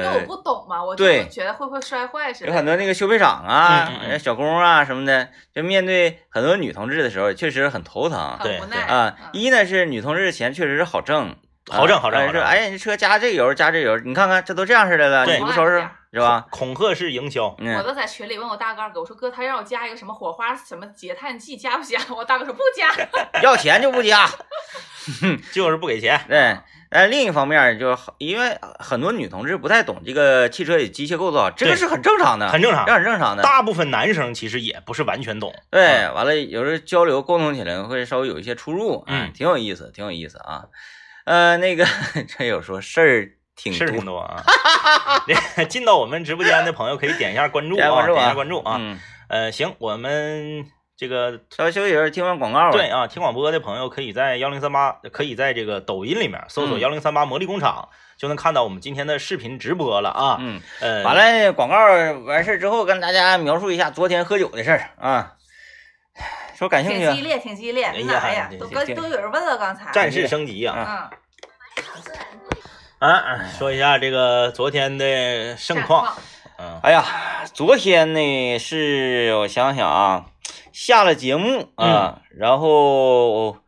Speaker 2: 呃
Speaker 3: 为我，不懂嘛，我就
Speaker 2: 对
Speaker 3: 会觉得会不会摔坏似
Speaker 2: 有很
Speaker 3: 的。
Speaker 2: 多那个修配厂啊
Speaker 1: 嗯嗯、嗯
Speaker 2: 小工啊什么的，就面对很多女同志的时候，确实很头疼。
Speaker 1: 对
Speaker 3: 很无奈
Speaker 2: 啊，
Speaker 3: 嗯
Speaker 2: 一呢是女同志的钱确实是好挣，
Speaker 1: 好挣好挣
Speaker 2: 啊
Speaker 1: 好
Speaker 2: 是
Speaker 1: 挣
Speaker 2: 哎，你车加这油加这油，你看看这都这样式的了，
Speaker 1: 对
Speaker 2: 你不收拾是吧？
Speaker 1: 恐吓式营销，
Speaker 3: 我
Speaker 2: 嗯，
Speaker 3: 都在群里问我大哥二哥，我说哥，他让我加一个什么火花什么截碳剂，加不加？ 我大哥说不加。
Speaker 1: 哎
Speaker 2: 要钱就不加。
Speaker 1: 就是不给钱。
Speaker 2: 对，呃，另一方面就是好因为很多女同志不太懂这个汽车与机械构造，这个
Speaker 1: 对
Speaker 2: 是很正常的，
Speaker 1: 很正常
Speaker 2: 这很正常的。
Speaker 1: 大部分男生其实也不是完全懂，
Speaker 2: 对，完了有时候交流沟通起来会稍微有一些出入，
Speaker 1: 嗯
Speaker 2: 哎挺有意思，挺有意思啊。呃，那个 这有说事儿挺
Speaker 1: 事
Speaker 2: 多
Speaker 1: 儿，挺 多啊。进到我们直播间的朋友可以点一下关注啊，
Speaker 2: 点关注啊
Speaker 1: 点一下关注啊。
Speaker 2: 嗯，
Speaker 1: 呃，行，我们这个
Speaker 2: 稍微休息一会儿，听完广告吧。
Speaker 1: 对，啊，听广播的朋友可以在幺零三八，可以在这个抖音里面搜索
Speaker 2: 嗯
Speaker 1: 幺零三八魔力工厂，就能看到我们今天的视频直播了啊。
Speaker 2: 嗯，
Speaker 1: 呃，
Speaker 2: 完了广告完事儿之后，跟大家描述一下昨天喝酒的事儿啊。 说感兴
Speaker 3: 挺激
Speaker 2: 趣，啊
Speaker 3: 烈，挺激烈，
Speaker 1: 哎呀
Speaker 3: 哪呀
Speaker 1: 这，
Speaker 3: 都
Speaker 1: 这
Speaker 3: 刚
Speaker 2: 这
Speaker 3: 都有人问了刚才，
Speaker 1: 战事升级啊！
Speaker 3: 嗯，
Speaker 2: 嗯
Speaker 1: 啊，啊说一下这个昨天的盛
Speaker 3: 战
Speaker 1: 况。嗯，
Speaker 2: 哎呀，昨天呢是我想想啊，下了节目啊，然后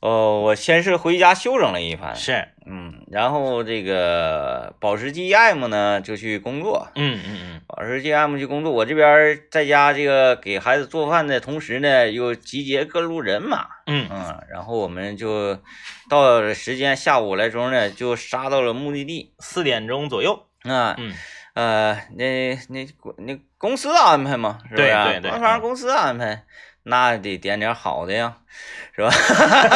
Speaker 2: 呃，我先是回家休整了一番，
Speaker 1: 是，
Speaker 2: 嗯，然后这个保时捷 M 呢就去工作，
Speaker 1: 嗯嗯
Speaker 2: 保时捷 M 去工作。我这边儿在家这个给孩子做饭的同时呢，又集结各路人马，
Speaker 1: 嗯嗯，
Speaker 2: 嗯，然后我们就到了时间下午来钟呢，就杀到了目的地。
Speaker 1: 四点钟左右。
Speaker 2: 啊，
Speaker 1: 嗯
Speaker 2: 呃，那那那公司安排嘛，是不是？
Speaker 1: 对对对
Speaker 2: 光反
Speaker 1: 嗯
Speaker 2: 正公司安排，那得点点好的呀，是吧？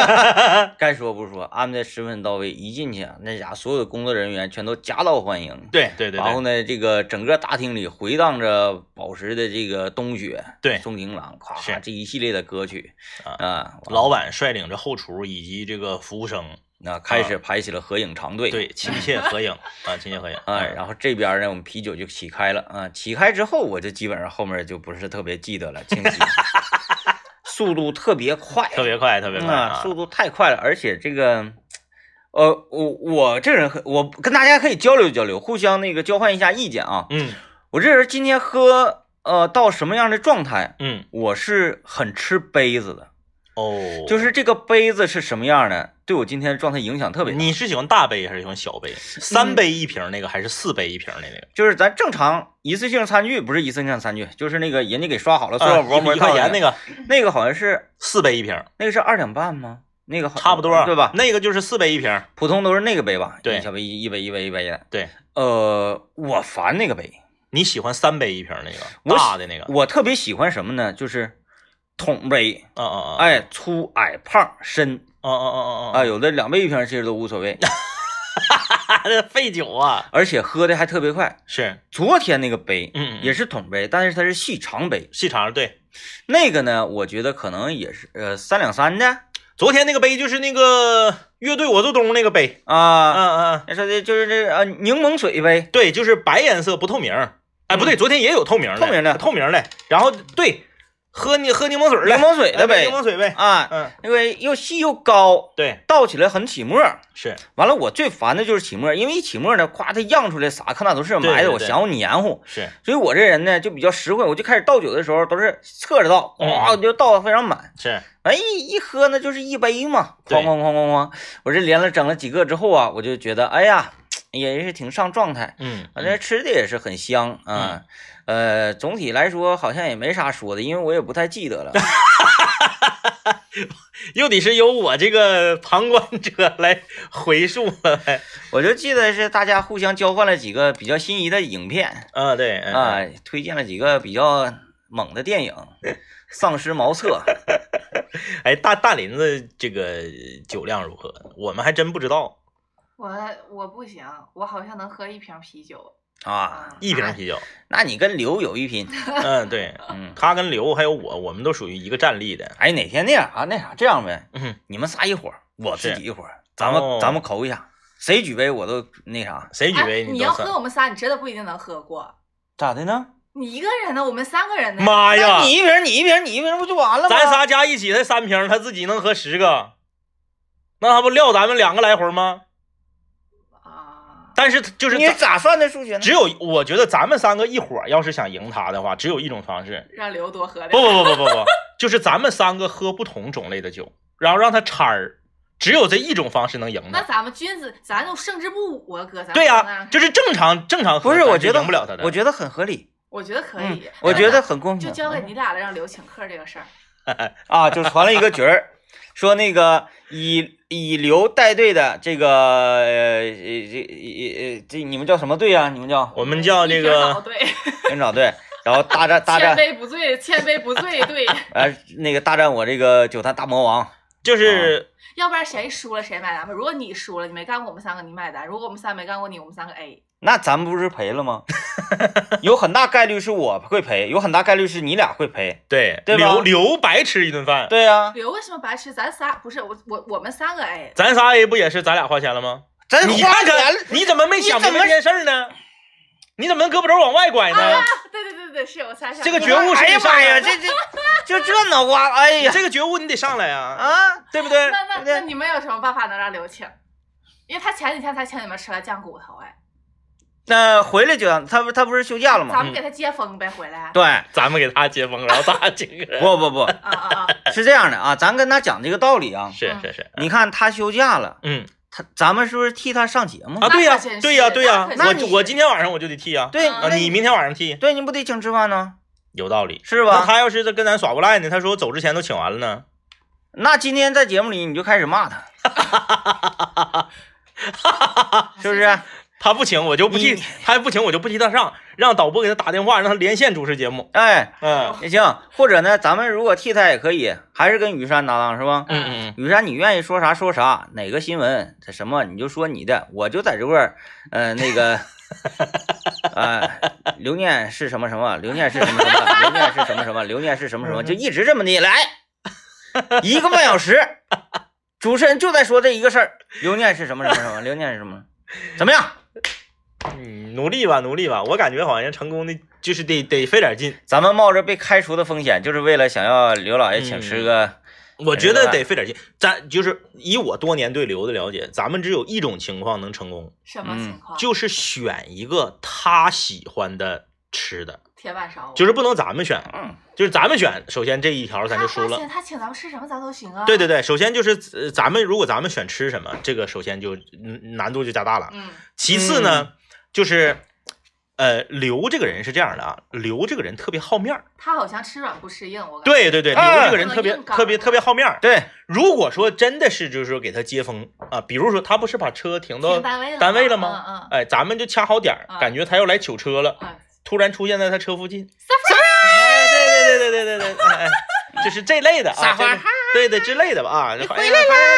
Speaker 2: 该说不说，安排得十分到位。一进去啊，那家所有的工作人员全都夹道欢迎。
Speaker 1: 对对对
Speaker 2: 然后
Speaker 1: 对
Speaker 2: 呢，这个整个大厅里回荡着宝石的这个冬雪，
Speaker 1: 对
Speaker 2: 宋情郎，夸
Speaker 1: 是
Speaker 2: 夸这一系列的歌曲
Speaker 1: 啊
Speaker 2: 啊，
Speaker 1: 老板率领着后厨以及这个服务生，
Speaker 2: 那开始排起了合影长队。
Speaker 1: 啊对，亲切合影啊，亲切 合影。
Speaker 2: 啊，然后这边呢，我们啤酒就起开了啊，起开之后，我就基本上后面就不是特别记得了，清 晰，速度特别快，
Speaker 1: 特别快，特别快
Speaker 2: 啊，
Speaker 1: 啊！
Speaker 2: 速度太快了，而且这个，呃，我我这人很，我跟大家可以交流交流，互相那个交换一下意见啊。
Speaker 1: 嗯
Speaker 2: 我这人今天喝呃到什么样的状态，
Speaker 1: 嗯，
Speaker 2: 我是很吃杯子的，
Speaker 1: 哦，
Speaker 2: 就是这个杯子是什么样的，对我今天的状态影响特别嗯大。
Speaker 1: 你是喜欢大杯还是喜欢小杯？三杯一瓶那个还是四杯一瓶的那个？
Speaker 2: 就是咱正常一次性餐具，不是一次性餐具，就是那个人家给刷好了塑料薄膜
Speaker 1: 啊一块钱那
Speaker 2: 那
Speaker 1: 个，
Speaker 2: 那个好像是
Speaker 1: 四杯一瓶，
Speaker 2: 那个是二两半吗？那个好
Speaker 1: 差不多，
Speaker 2: 对吧？
Speaker 1: 那个就是四杯一瓶，
Speaker 2: 普通都是那个杯吧？
Speaker 1: 对
Speaker 2: 一小杯一杯一杯一杯的。
Speaker 1: 对，
Speaker 2: 呃，我烦那个杯，
Speaker 1: 你喜欢三杯一瓶那
Speaker 2: 我
Speaker 1: 个
Speaker 2: 喜
Speaker 1: 大的那个？嗯
Speaker 2: 我特别喜欢什么呢？就是桶杯，
Speaker 1: 啊啊啊！嗯，
Speaker 2: 哎，粗矮胖深
Speaker 1: 啊啊啊
Speaker 2: 啊，
Speaker 1: 啊
Speaker 2: 有的两杯一瓶其实都无所谓，
Speaker 1: 啊！
Speaker 2: 哎
Speaker 1: 这废酒啊，
Speaker 2: 而且喝的还特别快。
Speaker 1: 是，
Speaker 2: 昨天那个杯
Speaker 1: 嗯，嗯
Speaker 2: 也是桶杯，但是它是细长杯，
Speaker 1: 细长对。
Speaker 2: 那个呢，我觉得可能也是呃三两三的
Speaker 1: 昨天那个杯就是那个乐队我做东那个杯，
Speaker 2: 啊。
Speaker 1: 嗯嗯，嗯
Speaker 2: 那说的就是这啊柠檬水呗，
Speaker 1: 对，就是白颜色不透明。哎，不对，昨天也有透明的，
Speaker 2: 嗯透明的
Speaker 1: 透明的。然后对，喝你喝柠檬水
Speaker 2: 柠
Speaker 1: 的，
Speaker 2: 檬水的
Speaker 1: 哎
Speaker 2: 呗
Speaker 1: 柠檬水呗。
Speaker 2: 啊，
Speaker 1: 嗯，
Speaker 2: 因为又细又高，
Speaker 1: 对，
Speaker 2: 倒起来很起沫。
Speaker 1: 是，
Speaker 2: 完了，我最烦的就是起沫，因为一起沫呢，夸它漾出来啥，看那都是
Speaker 1: 对
Speaker 2: 埋的，
Speaker 1: 对
Speaker 2: 我
Speaker 1: 对
Speaker 2: 嫌我黏糊，
Speaker 1: 是，
Speaker 2: 所以我这人呢就比较实惠，我就开始倒酒的时候都是侧着倒，
Speaker 1: 嗯
Speaker 2: 哗、就倒的非常满，
Speaker 1: 是，
Speaker 2: 哎一一喝呢就是一杯嘛，
Speaker 1: 对
Speaker 2: 哐哐哐哐哐，我这连了整了几个之后啊，我就觉得哎呀也是挺上状态，
Speaker 1: 嗯，
Speaker 2: 反正吃的也是很香啊。呃，总体来说好像也没啥说的，因为我也不太记得了。
Speaker 1: 又得是由我这个旁观者来回述了呗。
Speaker 2: 我就记得是大家互相交换了几个比较心仪的影片
Speaker 1: 啊，对，嗯
Speaker 2: 啊、，推荐了几个比较猛的电影，《丧尸茅厕》
Speaker 1: 哎，大大林子这个酒量如何？我们还真不知道，
Speaker 3: 我我不行，我好像能喝一瓶啤酒
Speaker 2: 啊。
Speaker 1: 一瓶啤酒。
Speaker 2: 那你跟刘有一拼，
Speaker 1: 嗯，对，
Speaker 2: 嗯。
Speaker 1: 他跟刘还有我，我们都属于一个站立的。
Speaker 2: 哎，哪天那样啊？那啥，这样呗，
Speaker 1: 嗯，
Speaker 2: 你们仨一伙儿，我自
Speaker 1: 是
Speaker 2: 己一伙儿，咱们、
Speaker 1: 哦
Speaker 2: 咱们抠一下，谁举杯我都那啥，
Speaker 1: 谁举
Speaker 3: 哎，
Speaker 1: 杯
Speaker 3: 你
Speaker 1: 都
Speaker 3: 要
Speaker 1: 算
Speaker 3: 喝。我们仨，你真的不一定能喝过。
Speaker 2: 咋的呢？
Speaker 3: 你一个人呢，我们三个人呢，
Speaker 1: 妈哎呀
Speaker 2: 那！你一瓶，你一瓶，你一瓶，不就完了吗？
Speaker 1: 咱仨加一起才三瓶，他自己能喝十个，那他不撂咱们两个来回吗？
Speaker 3: 啊，
Speaker 1: 但是就是
Speaker 2: 你
Speaker 1: 咱
Speaker 2: 咋算的数学呢？
Speaker 1: 只有我觉得咱们三个一伙儿要是想赢他的话，只有一种方式，
Speaker 3: 让刘多喝点。
Speaker 1: 不不不不不不，就是咱们三个喝不同种类的酒，然后让他掺儿，只有这一种方式能赢
Speaker 3: 那
Speaker 1: 他。
Speaker 3: 咱们君子，咱就胜之不武啊，哥，咱
Speaker 1: 对呀、
Speaker 3: 呀，
Speaker 1: 就是正常正常喝，
Speaker 2: 不是，
Speaker 1: 咱
Speaker 2: 我觉得
Speaker 1: 赢不了他的。
Speaker 2: 我觉得很合理，
Speaker 3: 我觉得可
Speaker 2: 嗯
Speaker 3: 以，，
Speaker 2: 我觉得很公平。
Speaker 3: 就交给你俩了，让刘请客这个事儿。
Speaker 2: 啊，就传了一个局儿，说那个以以刘带队的这个呃呃这呃这你们叫什么队啊？你们叫
Speaker 1: 我们叫这
Speaker 3: 一瓶老
Speaker 1: 个
Speaker 3: 对，
Speaker 2: 领导队，然后大战大
Speaker 3: 千
Speaker 2: 战
Speaker 3: 杯不醉，千杯不醉，对，
Speaker 2: 呃那个大战我这个酒坛大魔王
Speaker 1: 就是
Speaker 3: 要不然谁输了谁买单吧。如果你输了，你没干过我们三个，你买单；如果我们三没干过你，我们三个 A。
Speaker 2: 那咱不是赔了 吗？有很大概率是我会赔，有很大概率是你俩会赔。
Speaker 1: 对，
Speaker 2: 对吧
Speaker 1: 留留白吃一顿饭，
Speaker 2: 对啊呀、
Speaker 3: 刘为什么白痴？咱仨不是我我我们三个 A，
Speaker 1: 咱仨 A 不也是咱俩花钱了吗？
Speaker 2: 咱
Speaker 1: 你
Speaker 2: 哎花
Speaker 1: 看
Speaker 2: 钱
Speaker 1: 看，你怎么没想明白
Speaker 2: 你怎么
Speaker 1: 这件事儿呢？你怎么胳膊肘往外拐呢？
Speaker 3: 对对对对，是我仨想
Speaker 1: 这个
Speaker 2: 你
Speaker 1: 觉悟
Speaker 2: 说
Speaker 1: 是
Speaker 2: 哎呀
Speaker 1: 你上
Speaker 2: 妈呀，
Speaker 1: 来
Speaker 2: 这这就这脑瓜，哎
Speaker 1: 你
Speaker 2: 呀
Speaker 1: 这个觉悟你得上来啊，
Speaker 2: 啊！
Speaker 1: 对不对？
Speaker 3: 那那
Speaker 2: 对不对
Speaker 3: 那你们有什么办法能让刘请？因为他前几天才请你们吃了酱骨头，哎，
Speaker 2: 那回来就让他不他不是休假了吗？嗯
Speaker 3: 咱们给他接风呗，回来。
Speaker 2: 对，
Speaker 1: 咱们给他接风，然后他这个
Speaker 2: 不不不，
Speaker 3: 啊啊啊！
Speaker 2: 是这样的啊，咱跟他讲这个道理 啊。
Speaker 1: 是是是，
Speaker 2: 你看他休假了，
Speaker 1: 嗯
Speaker 2: 他咱们是不是替他上节目？
Speaker 1: 啊，
Speaker 3: 那
Speaker 1: 对呀
Speaker 3: 可真是
Speaker 1: 对呀对呀，
Speaker 3: 那可真
Speaker 1: 我
Speaker 3: 是
Speaker 1: 我今天晚上我就得剃呀，
Speaker 2: 对，
Speaker 3: 啊
Speaker 1: 啊，你明天晚上剃，
Speaker 2: 对你不得请吃饭呢，
Speaker 1: 有道理。
Speaker 2: 是
Speaker 1: 那
Speaker 2: 吧？
Speaker 1: 他要是跟咱耍无赖呢？他说我走之前都请完了呢。
Speaker 2: 那今天在节目里你就开始骂他，
Speaker 3: 啊
Speaker 2: 是不是？
Speaker 1: 他不请我就不替
Speaker 2: 你，
Speaker 1: 他不请我就不替他上，让导播给他打电话，让他连线主持节目。
Speaker 2: 哎，
Speaker 1: 嗯
Speaker 2: 也行，或者呢，咱们如果替他也可以，还是跟雨山搭档是吧？
Speaker 1: 嗯嗯
Speaker 2: 雨山，你愿意说啥说啥，哪个新闻这什么你就说你的，我就在这块儿，呃，那个，呃，刘念是什么什么，刘念是什么什么，刘念是什么什么，刘念是什么什么，就一直这么的来，一个半小时，主持人就在说这一个事儿，刘念是什么什么什么，刘念是什么，怎么样？
Speaker 1: 嗯，努力吧，努力吧，我感觉好像成功的就是得得费点劲，
Speaker 2: 咱们冒着被开除的风险，就是为了想要刘老爷请吃个，
Speaker 1: 我觉得得费点劲。咱就是以我多年对刘的了解，咱们只有一种情况能成功，
Speaker 3: 什么情况？
Speaker 1: 就是选一个他喜欢的吃的，
Speaker 3: 铁板烧。
Speaker 1: 就是不能咱们选，啊
Speaker 2: 嗯，
Speaker 1: 就是咱们选，首先这一条咱
Speaker 3: 他
Speaker 1: 就输
Speaker 3: 发
Speaker 1: 了。
Speaker 3: 现他请咱们吃什么咱都行啊。
Speaker 1: 对对对，首先就是呃咱们如果咱们选吃什么，这个首先就嗯难度就加大了。
Speaker 3: 嗯
Speaker 1: 其次呢，就是呃，刘这个人是这样的啊，刘这个人特别好面儿。，
Speaker 3: 他好像吃软不吃硬，我感觉。
Speaker 1: 对对对，刘
Speaker 2: 哎
Speaker 1: 这个人特别、
Speaker 3: 啊硬刚啊
Speaker 1: 特别特别好面儿。
Speaker 2: 对，
Speaker 1: 如果说真的是就是说给他接风啊，比如说他不是把车停到
Speaker 3: 停单位了吗，
Speaker 1: 单位了吗？
Speaker 3: 嗯嗯。
Speaker 1: 哎，咱们就掐好点儿，
Speaker 3: 嗯
Speaker 1: 感觉他要来取车了，
Speaker 3: 哎
Speaker 1: 突然出现在他车附近，哎，对对对对对对对，哎，哎就是这类的
Speaker 2: 撒
Speaker 1: 啊，这
Speaker 2: 欢
Speaker 1: 个
Speaker 2: 儿
Speaker 1: 对对之类的吧啊，欢迎欢迎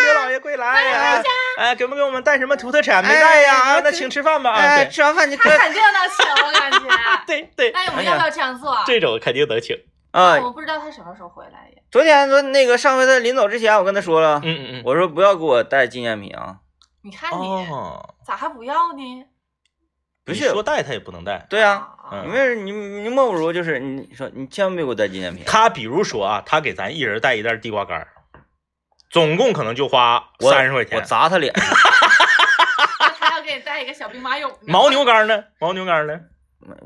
Speaker 1: 刘老爷归来呀，哎，给不给我们带什么土特产没带呀？
Speaker 2: 哎
Speaker 1: 啊那
Speaker 2: 这
Speaker 1: 请吃饭吧啊，
Speaker 2: 哎，
Speaker 1: 对。
Speaker 2: 吃完饭就
Speaker 3: 他
Speaker 2: 搁
Speaker 3: 肯定能请，我感觉
Speaker 1: 对对，
Speaker 3: 那我们要不要这样做？
Speaker 1: 这哎种肯定能请，
Speaker 2: 啊
Speaker 3: 我，们不知道他什么时候回来也。
Speaker 2: 昨天说那个上回他临走之前，我跟他说了，
Speaker 1: 嗯 嗯嗯，
Speaker 2: 我说不要给我带纪念品啊，
Speaker 3: 你看你
Speaker 1: 哦，
Speaker 3: 咋还不要呢？
Speaker 2: 不
Speaker 1: 你
Speaker 2: 是
Speaker 1: 说带他也不能带。
Speaker 2: 对呀、
Speaker 1: 嗯
Speaker 2: 你为什你你莫不如就是你说你千万别给我带纪念品，
Speaker 1: 他比如说啊，他给咱一人带一袋地瓜干儿，总共可能就花
Speaker 2: 我
Speaker 1: 三十块
Speaker 2: 我
Speaker 1: 钱。
Speaker 2: 砸他脸，
Speaker 3: 那他要给你带一个小兵马俑呢。
Speaker 1: 牦牛肝呢？牦牛肝呢？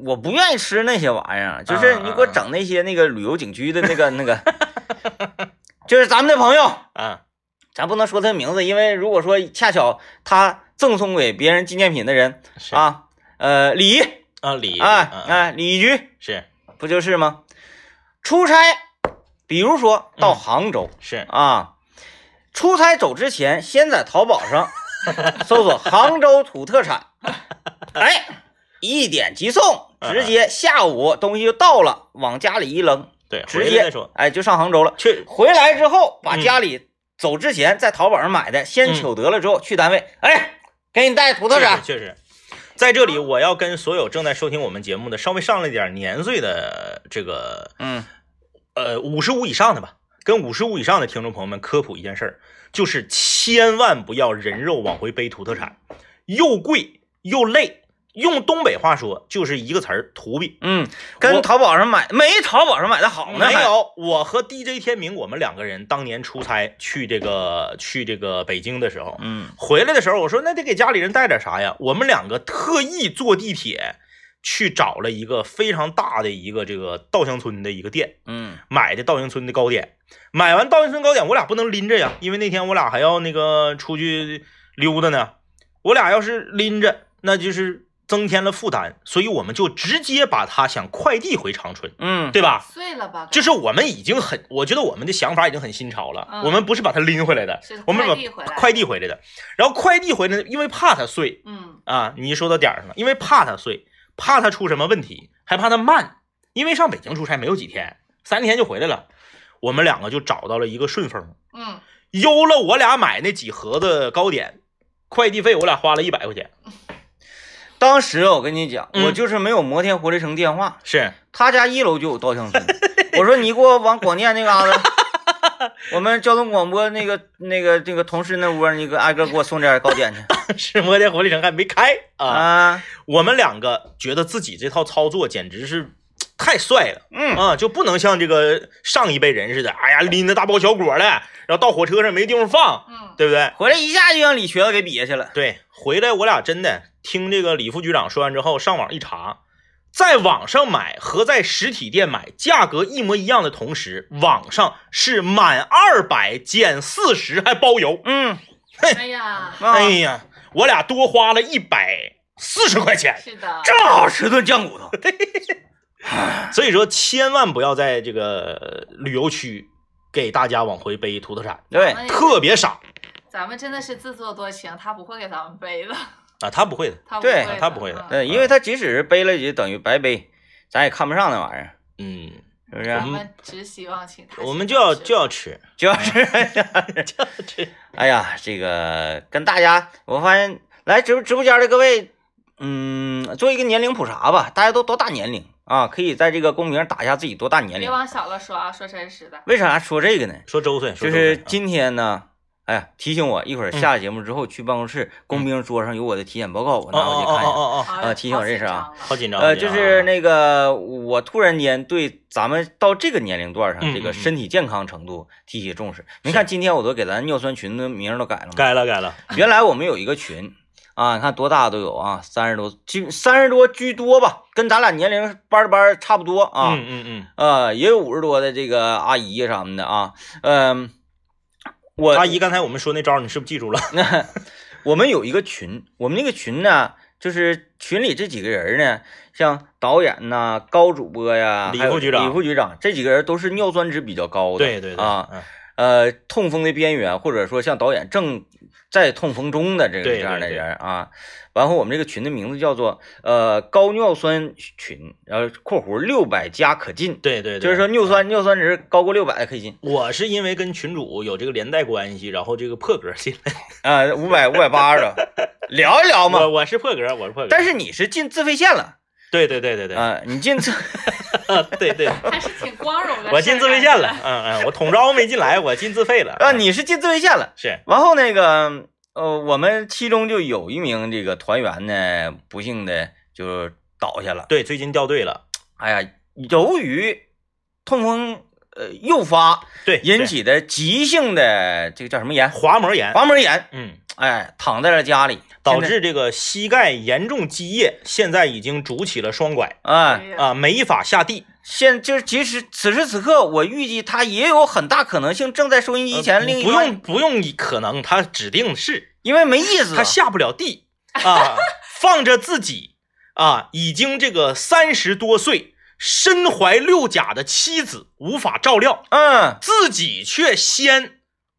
Speaker 2: 我不愿意吃那些玩意儿，就是你给我整那些那个旅游景区的 那个那个，就是咱们的朋友，
Speaker 1: 啊，
Speaker 2: 咱不能说他的名字，因为如果说恰巧他赠送给别人纪念品的人
Speaker 1: 是啊
Speaker 2: 啊，呃，李
Speaker 1: 啊，李
Speaker 2: 啊
Speaker 1: 啊
Speaker 2: 啊李局
Speaker 1: 是
Speaker 2: 不就是吗？出差，比如说
Speaker 1: 嗯
Speaker 2: 到杭州、
Speaker 1: 是
Speaker 2: 啊，出差走之前，先在淘宝 上搜索杭州土特产，哎，一点即送，直接下午东西就到了，往家里一扔，
Speaker 1: 对，
Speaker 2: 直
Speaker 1: 回来
Speaker 2: 接
Speaker 1: 再说。
Speaker 2: 哎就上杭州了。
Speaker 1: 确
Speaker 2: 回来之后，把
Speaker 1: 嗯
Speaker 2: 家里走之前在淘宝上买的，
Speaker 1: 嗯
Speaker 2: 先取得了之后，去单位，哎，给你带土特
Speaker 1: 确
Speaker 2: 产
Speaker 1: 实，确实，在这里我要跟所有正在收听我们节目的稍微上了一点年岁的这个
Speaker 2: 嗯，
Speaker 1: 呃五十五以上的吧，跟五十五以上的听众朋友们科普一件事儿，就是千万不要人肉往回背土特产，又贵又累。用东北话说，就是一个词儿——土逼。
Speaker 2: 嗯，
Speaker 1: 我
Speaker 2: 跟淘宝上买没淘宝上买的好呢，
Speaker 1: 没
Speaker 2: 还，
Speaker 1: 有，我和 DJ 天明，我们两个人当年出差去这个去这个北京的时候，
Speaker 2: 嗯，
Speaker 1: 回来的时候，我说那得给家里人带点啥呀？我们两个特意坐地铁去找了一个非常大的一个这个稻香村的一个店，
Speaker 2: 嗯
Speaker 1: 买的稻香村的糕点。买完稻香村糕点，我俩不能拎着呀，因为那天我俩还要那个出去溜达呢。我俩要是拎着，那就是增添了负担，所以我们就直接把它想快递回长春，
Speaker 2: 嗯，
Speaker 1: 对吧？
Speaker 3: 碎了吧？
Speaker 1: 就是我们已经很，我觉得我们的想法已经很新潮了。
Speaker 3: 嗯
Speaker 1: 我们不是把它拎回来的
Speaker 3: 是，
Speaker 1: 我们
Speaker 3: 快递回
Speaker 1: 把
Speaker 3: 来
Speaker 1: 快递回来的。然后快递回来呢，因为怕它碎
Speaker 3: 嗯，
Speaker 1: 啊，你一说到点儿上了，因为怕它碎，怕它出什么问题，还怕它慢。因为上北京出差没有几天，三天就回来了，我们两个就找到了一个顺丰，
Speaker 3: 嗯
Speaker 1: 邮了我俩买那几盒子糕点，快递费我俩花了一百块钱。
Speaker 2: 当时啊我跟你讲，
Speaker 1: 嗯
Speaker 2: 我就是没有摩天活力城电话，
Speaker 1: 是，
Speaker 2: 他家一楼就有稻香村。 我说你给我往广电那嘎达， 我们交通广播那个那个这个同事那窝儿，你给挨个给我送点糕点去
Speaker 1: 当时摩天活力城还没开 啊。
Speaker 2: 啊！
Speaker 1: 我们两个觉得自己这套操作简直是太帅了。
Speaker 2: 嗯，
Speaker 1: 啊，就不能像这个上一辈人似的，哎呀，拎着大包小果的，然后到火车上没地方放，
Speaker 3: 嗯，
Speaker 1: 对不对？
Speaker 2: 回来一下就让李瘸子给比下去了。
Speaker 1: 对，回来我俩真的听这个李副局长说完之后，上网一查，在网上买和在实体店买价格一模一样的同时，网上是满二百减四十还包邮。
Speaker 2: 嗯，
Speaker 3: 哎呀，
Speaker 2: 啊、
Speaker 1: 哎呀，我俩多花了一百四十块钱。
Speaker 3: 是的，
Speaker 2: 正好十顿酱骨头。
Speaker 1: 所以说，千万不要在这个旅游区给大家往回背土特产，
Speaker 2: 对，
Speaker 3: 哎
Speaker 1: 特别傻
Speaker 3: 咱们真的是自作多情，他不会给咱们背的，
Speaker 1: 啊！他不会的，
Speaker 3: 他不
Speaker 2: 对
Speaker 3: 会的，
Speaker 1: 他不会的
Speaker 3: 嗯
Speaker 2: 对，因为他即使是背了，也等于白背，咱也看不上那玩意儿，
Speaker 1: 嗯。
Speaker 2: 是不是？
Speaker 3: 咱们只希望请他，
Speaker 1: 我们就要就要吃，
Speaker 2: 主要是，哎呀，这个跟大家，我发现来直播直播间的各位，嗯，做一个年龄普查吧，大家都多大年龄啊？可以在这个公屏上打一下自己多大年
Speaker 3: 别
Speaker 2: 龄。
Speaker 1: 哎
Speaker 3: 往小了说啊，说真实
Speaker 1: 哦
Speaker 3: 的，
Speaker 2: 为啥说这个呢？
Speaker 1: 说周岁，说啊
Speaker 2: 就
Speaker 1: 周岁
Speaker 2: 是今天呢，哎呀，提醒我一会儿下了节目之后去办公室，公
Speaker 1: 嗯
Speaker 2: 屏桌上有我的体检报告，我
Speaker 1: 哦
Speaker 2: 拿回去看一下。
Speaker 1: 哦哦哦哦，
Speaker 3: 啊
Speaker 2: 呃提醒我认识啊，
Speaker 1: 好紧张，
Speaker 2: 呃，
Speaker 1: 好
Speaker 2: 就
Speaker 1: 紧张
Speaker 2: 是那个，我突然间对咱们到这个年龄段上
Speaker 1: 嗯
Speaker 2: 这
Speaker 1: 嗯
Speaker 2: 个
Speaker 1: 嗯
Speaker 2: 身体健康程度提起重视。你看今天我都给咱尿酸群的名儿都改了嘛，
Speaker 1: 嗯改了改了，
Speaker 2: 原来我们有一个群啊，你看多大都有啊，三十多，居三十多居多吧，跟咱俩年龄班儿班儿差不多啊。
Speaker 1: 嗯嗯嗯，
Speaker 2: 呃，也有五十多的这个阿姨呀什么的啊，嗯、我
Speaker 1: 阿姨，刚才我们说那招，你是不是记住了？
Speaker 2: 那我们有一个群，我们那个群呢，就是群里这几个人呢，像导演呐、高主播呀、
Speaker 1: 李
Speaker 2: 还有
Speaker 1: 副局长
Speaker 2: 李副局长这几个人都是尿酸值比较高的，
Speaker 1: 对对对
Speaker 2: 啊，，
Speaker 1: 嗯
Speaker 2: 呃，痛风的边缘，或者说像导演正在痛风中的这个
Speaker 1: 对
Speaker 2: 这样的
Speaker 1: 对对
Speaker 2: 人啊。然后我们这个群的名字叫做呃高尿酸群，然后括弧六百加可进，
Speaker 1: 对对，对
Speaker 2: 就是说尿，酸尿酸值高过六百可以进，
Speaker 1: 我是因为跟群主有这个连带关系，然后这个破格进来，
Speaker 2: 啊，五百五百八十，聊一聊
Speaker 1: 我
Speaker 2: 嘛。
Speaker 1: 我是破格，我是破格，
Speaker 2: 但是你是进自费线了。
Speaker 1: 对对对对对，
Speaker 2: 啊、你进这，
Speaker 1: 对 对，
Speaker 3: 还是挺光荣的。
Speaker 1: 我进自费线了，，嗯嗯，我统招没进来，我进自费了，
Speaker 2: 啊，你是进自费线了。
Speaker 1: 是，
Speaker 2: 然后那个，呃，我们其中就有一名这个团员呢，不幸的就倒下了。
Speaker 1: 对，最近掉队了，
Speaker 2: 哎呀，由于痛风呃诱发
Speaker 1: 对，
Speaker 2: 引起的急性的这个叫什么炎，
Speaker 1: 滑膜炎，
Speaker 2: 滑膜炎，
Speaker 1: 嗯，
Speaker 2: 哎，躺在了家里，
Speaker 1: 导
Speaker 2: 啊现在
Speaker 1: 致这个膝盖严重积液，现在已经拄起了双拐。
Speaker 2: 哎，
Speaker 1: 啊、没法下地。
Speaker 2: 现就是即使此时此刻，我预计他也有很大可能性正在收音机前
Speaker 1: 呃
Speaker 2: 另一
Speaker 1: 不
Speaker 2: 端
Speaker 1: 用，不用，可能他指定是
Speaker 2: 因为没意思了，
Speaker 1: 他下不了地啊，放着自己啊，已经这个三十多岁、身怀六甲的妻子无法照料，
Speaker 2: 嗯，
Speaker 1: 自己却先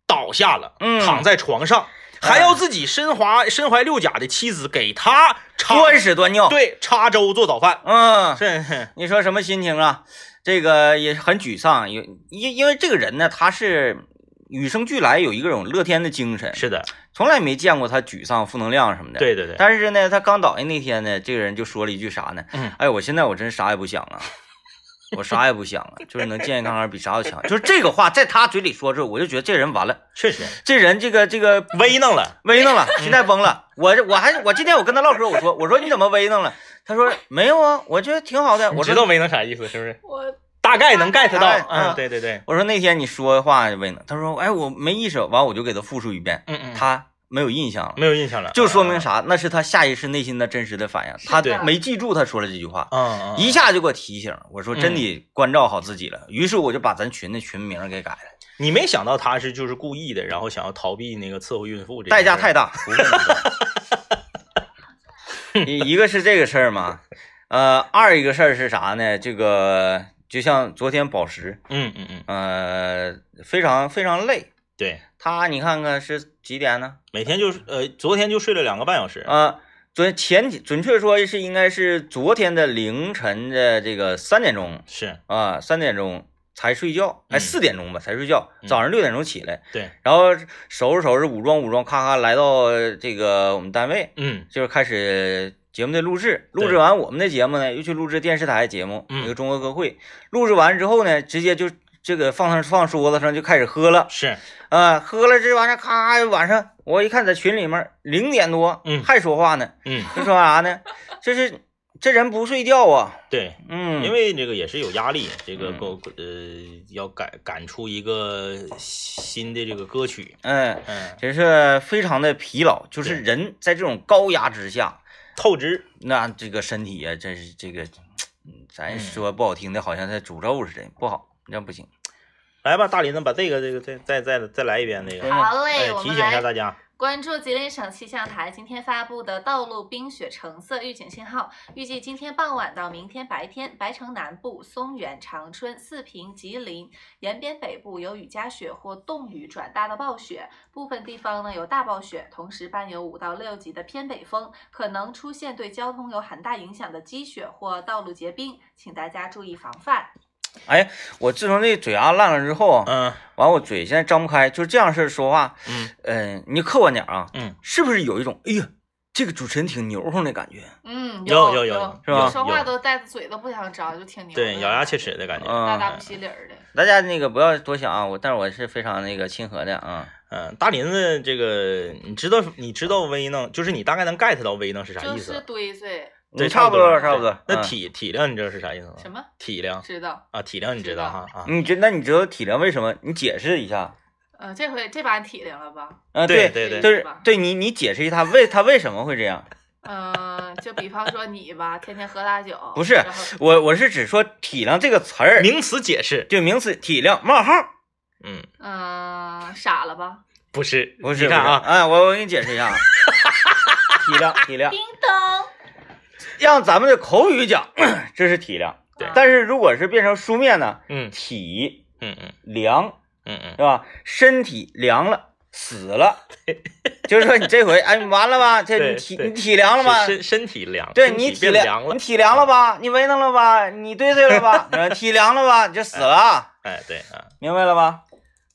Speaker 1: 倒下了，
Speaker 2: 嗯
Speaker 1: 躺在床上，还要自己身怀身怀六甲的妻子给他插
Speaker 2: 端屎端尿，，
Speaker 1: 对插粥做早 饭，
Speaker 2: 嗯，
Speaker 1: 这
Speaker 2: 你说什么心情啊？这个也很沮丧，有因因为这个人呢，他是与生俱来有一个种乐天的精神，
Speaker 1: 是的，
Speaker 2: 从来没见过他沮丧、负能量什么的。。
Speaker 1: 对对对，
Speaker 2: 但是呢，他刚倒下那天呢，这个人就说了一句啥呢？
Speaker 1: 嗯
Speaker 2: 哎，我现在我真啥也不想了， 我啥也不想了，就是能健健康康比啥都强。 就是这个话在他嘴里说出来，我就觉得这人完了，
Speaker 1: 确实
Speaker 2: 这人这个这个
Speaker 1: 危弄了，
Speaker 2: 危弄了，
Speaker 1: 嗯
Speaker 2: 皮带崩了。我这我还我今天我跟他唠嗑，我说我说你怎么危弄了？他说没有啊，我觉得挺好的。
Speaker 1: 你
Speaker 2: 我
Speaker 1: 知
Speaker 2: 说
Speaker 1: 道危弄啥意思是不是？
Speaker 3: 我
Speaker 1: 大概能 get 到，
Speaker 2: 哎啊
Speaker 1: 嗯，对对对，
Speaker 2: 我说那天你说的话问了，他说哎我没意识，完我就给他复述一遍，
Speaker 1: 嗯嗯，
Speaker 2: 他没有印象了，
Speaker 1: 没有印象了，嗯
Speaker 2: 就说明
Speaker 1: 啥？
Speaker 2: 啥？那是他下意识内心的真实的反应，他
Speaker 3: 对
Speaker 2: 没记住他说了这句话，
Speaker 1: 嗯，嗯
Speaker 2: 一，下就给我提醒，我说
Speaker 1: 嗯
Speaker 2: 真得关照好自己了。于是我就把咱群的群名给改了，
Speaker 1: 你没想到他是就是故意的，然后想要逃避那个伺候孕妇这个
Speaker 2: 代价
Speaker 1: 事儿
Speaker 2: 太大。不会不会 一一个是这个事儿嘛，呃，二一个事儿是啥呢？这个就像昨天宝石，
Speaker 1: 嗯嗯嗯，
Speaker 2: 呃，非常非常累。
Speaker 1: 对，
Speaker 2: 他你看看是几点呢？
Speaker 1: 每天就是呃，昨天就睡了两个半小时，
Speaker 2: 啊，昨前几准确说是应该是昨天的凌晨的这个三点钟
Speaker 1: 是
Speaker 2: 啊，三点钟才睡觉，
Speaker 1: 嗯
Speaker 2: 哎，四点钟吧才睡觉，
Speaker 1: 嗯
Speaker 2: 早上六点钟起来，
Speaker 1: 对，
Speaker 2: 然后收拾收拾，武装武装，咔咔来到这个我们单位，
Speaker 1: 嗯
Speaker 2: 就是开始节目的录制。
Speaker 1: 对
Speaker 2: 录制完我们的节目呢，又去录制电视台节目，
Speaker 1: 嗯
Speaker 2: 一个中国歌会。录制完之后呢，直接就这个放上放桌子上就开始喝了
Speaker 1: 是，
Speaker 2: 啊、喝了这玩意儿，咔，晚上我一看在群里面零点多，
Speaker 1: 嗯
Speaker 2: 还说话呢，
Speaker 1: 嗯
Speaker 2: 就说啥呢？这是这人不睡觉啊，
Speaker 1: 对，
Speaker 2: 嗯，
Speaker 1: 因为这个也是有压力，这个
Speaker 2: 嗯
Speaker 1: 够呃要赶赶出一个新的这个歌曲，
Speaker 2: 嗯，
Speaker 1: 嗯，
Speaker 2: 真是非常的疲劳，就是
Speaker 1: 对
Speaker 2: 人在这种高压之下，
Speaker 1: 透支，
Speaker 2: 那这个身体呀、真是这个，嗯咱说不好听的，好像在诅咒似的，不好，那不行。
Speaker 1: 来吧，大林子把这个这个再再再再来一遍这个，
Speaker 3: 好嘞，
Speaker 1: 哎，
Speaker 3: 我
Speaker 1: 提
Speaker 3: 们
Speaker 1: 醒一下
Speaker 3: 来
Speaker 1: 大家，
Speaker 3: 关注吉林省气象台今天发布的道路冰雪橙色预警信号，预计今天傍晚到明天白天，白城南部、松原、长春、四平、吉林沿边北部有雨夹雪或冻雨转大到暴雪，部分地方呢有大暴雪，同时伴有五到六级的偏北风，可能出现对交通有很大影响的积雪或道路结冰，请大家注意防范。
Speaker 2: 哎，我自从这嘴牙烂了之后啊，
Speaker 1: 嗯
Speaker 2: 完我嘴现在张不开，就这样式儿说话，
Speaker 1: 嗯
Speaker 2: 嗯、你客观点啊，
Speaker 1: 嗯，
Speaker 2: 是不是有一种哎呀，这个主持人挺牛哄的感觉？
Speaker 3: 嗯，
Speaker 1: 有
Speaker 3: 有
Speaker 1: 有有
Speaker 2: 是吧
Speaker 3: 说话
Speaker 1: 有
Speaker 3: 都带着嘴都不想张，就挺牛的。
Speaker 1: 对，咬牙切齿的感觉，
Speaker 2: 嗯
Speaker 3: 大大不稀理儿的。
Speaker 2: 大家那个不要多想啊，我但是我是非常那个亲和的啊，
Speaker 1: 嗯，大林子这个你知道你知道微弄，就是你大概能 get 到微弄是啥
Speaker 3: 就
Speaker 1: 意思
Speaker 3: 是
Speaker 1: 了，
Speaker 3: 堆碎
Speaker 1: 对，
Speaker 2: 嗯差不多
Speaker 1: 了
Speaker 2: 差不多。
Speaker 1: 那
Speaker 2: 嗯，
Speaker 1: 体体量你知道是啥意思吗？
Speaker 3: 什么
Speaker 1: 体量
Speaker 3: 知道？
Speaker 1: 啊，体量你知道哈啊，
Speaker 2: 你觉那你知道体谅为什么？你解释一下。
Speaker 3: 呃，这回这把你体谅了吧？
Speaker 2: 啊，
Speaker 1: 对
Speaker 2: 对
Speaker 1: 对
Speaker 2: 就
Speaker 3: 对
Speaker 2: 是对你你解释一下他为他为什么会这样？
Speaker 3: 呃，就比方说你吧，天天喝大酒，
Speaker 2: 不是
Speaker 3: 然后
Speaker 2: 我我是指说体谅这个词儿，
Speaker 1: 名词解释，
Speaker 2: 就名词体谅冒号。
Speaker 1: 嗯，
Speaker 3: 嗯、傻了吧？
Speaker 1: 不是，
Speaker 2: 不是，
Speaker 1: 你看啊，
Speaker 2: 哎，我我给你解释一 下，啊，体谅体谅
Speaker 3: 叮，咚，
Speaker 2: 让咱们的口语讲， 这是体谅。
Speaker 1: 对
Speaker 2: 但是如果是变成书面呢，
Speaker 1: 嗯
Speaker 2: 体
Speaker 1: 嗯嗯
Speaker 2: 凉
Speaker 1: 嗯嗯
Speaker 2: 是吧？身体凉了，死了，就是说你这回哎，完了吧？这
Speaker 1: 对
Speaker 2: 你体
Speaker 1: 对
Speaker 2: 你体凉了
Speaker 1: 是
Speaker 2: 吧？
Speaker 1: 身身体凉，
Speaker 2: 对
Speaker 1: 身
Speaker 2: 你
Speaker 1: 体
Speaker 2: 体
Speaker 1: 变凉
Speaker 2: 凉，
Speaker 1: 了
Speaker 2: 你，体凉了吧？你为难了吧？你对对了吧？呃体凉了吧？你就死了，
Speaker 1: 哎，对啊，
Speaker 2: 明白了吧？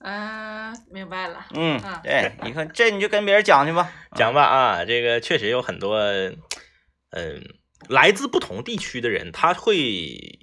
Speaker 3: 嗯、明白了。
Speaker 2: 嗯
Speaker 3: 嗯，
Speaker 2: 对，你看这你就跟别人讲 去吧，
Speaker 1: 讲吧啊，这个确实有很多，嗯、来自不同地区的人，他会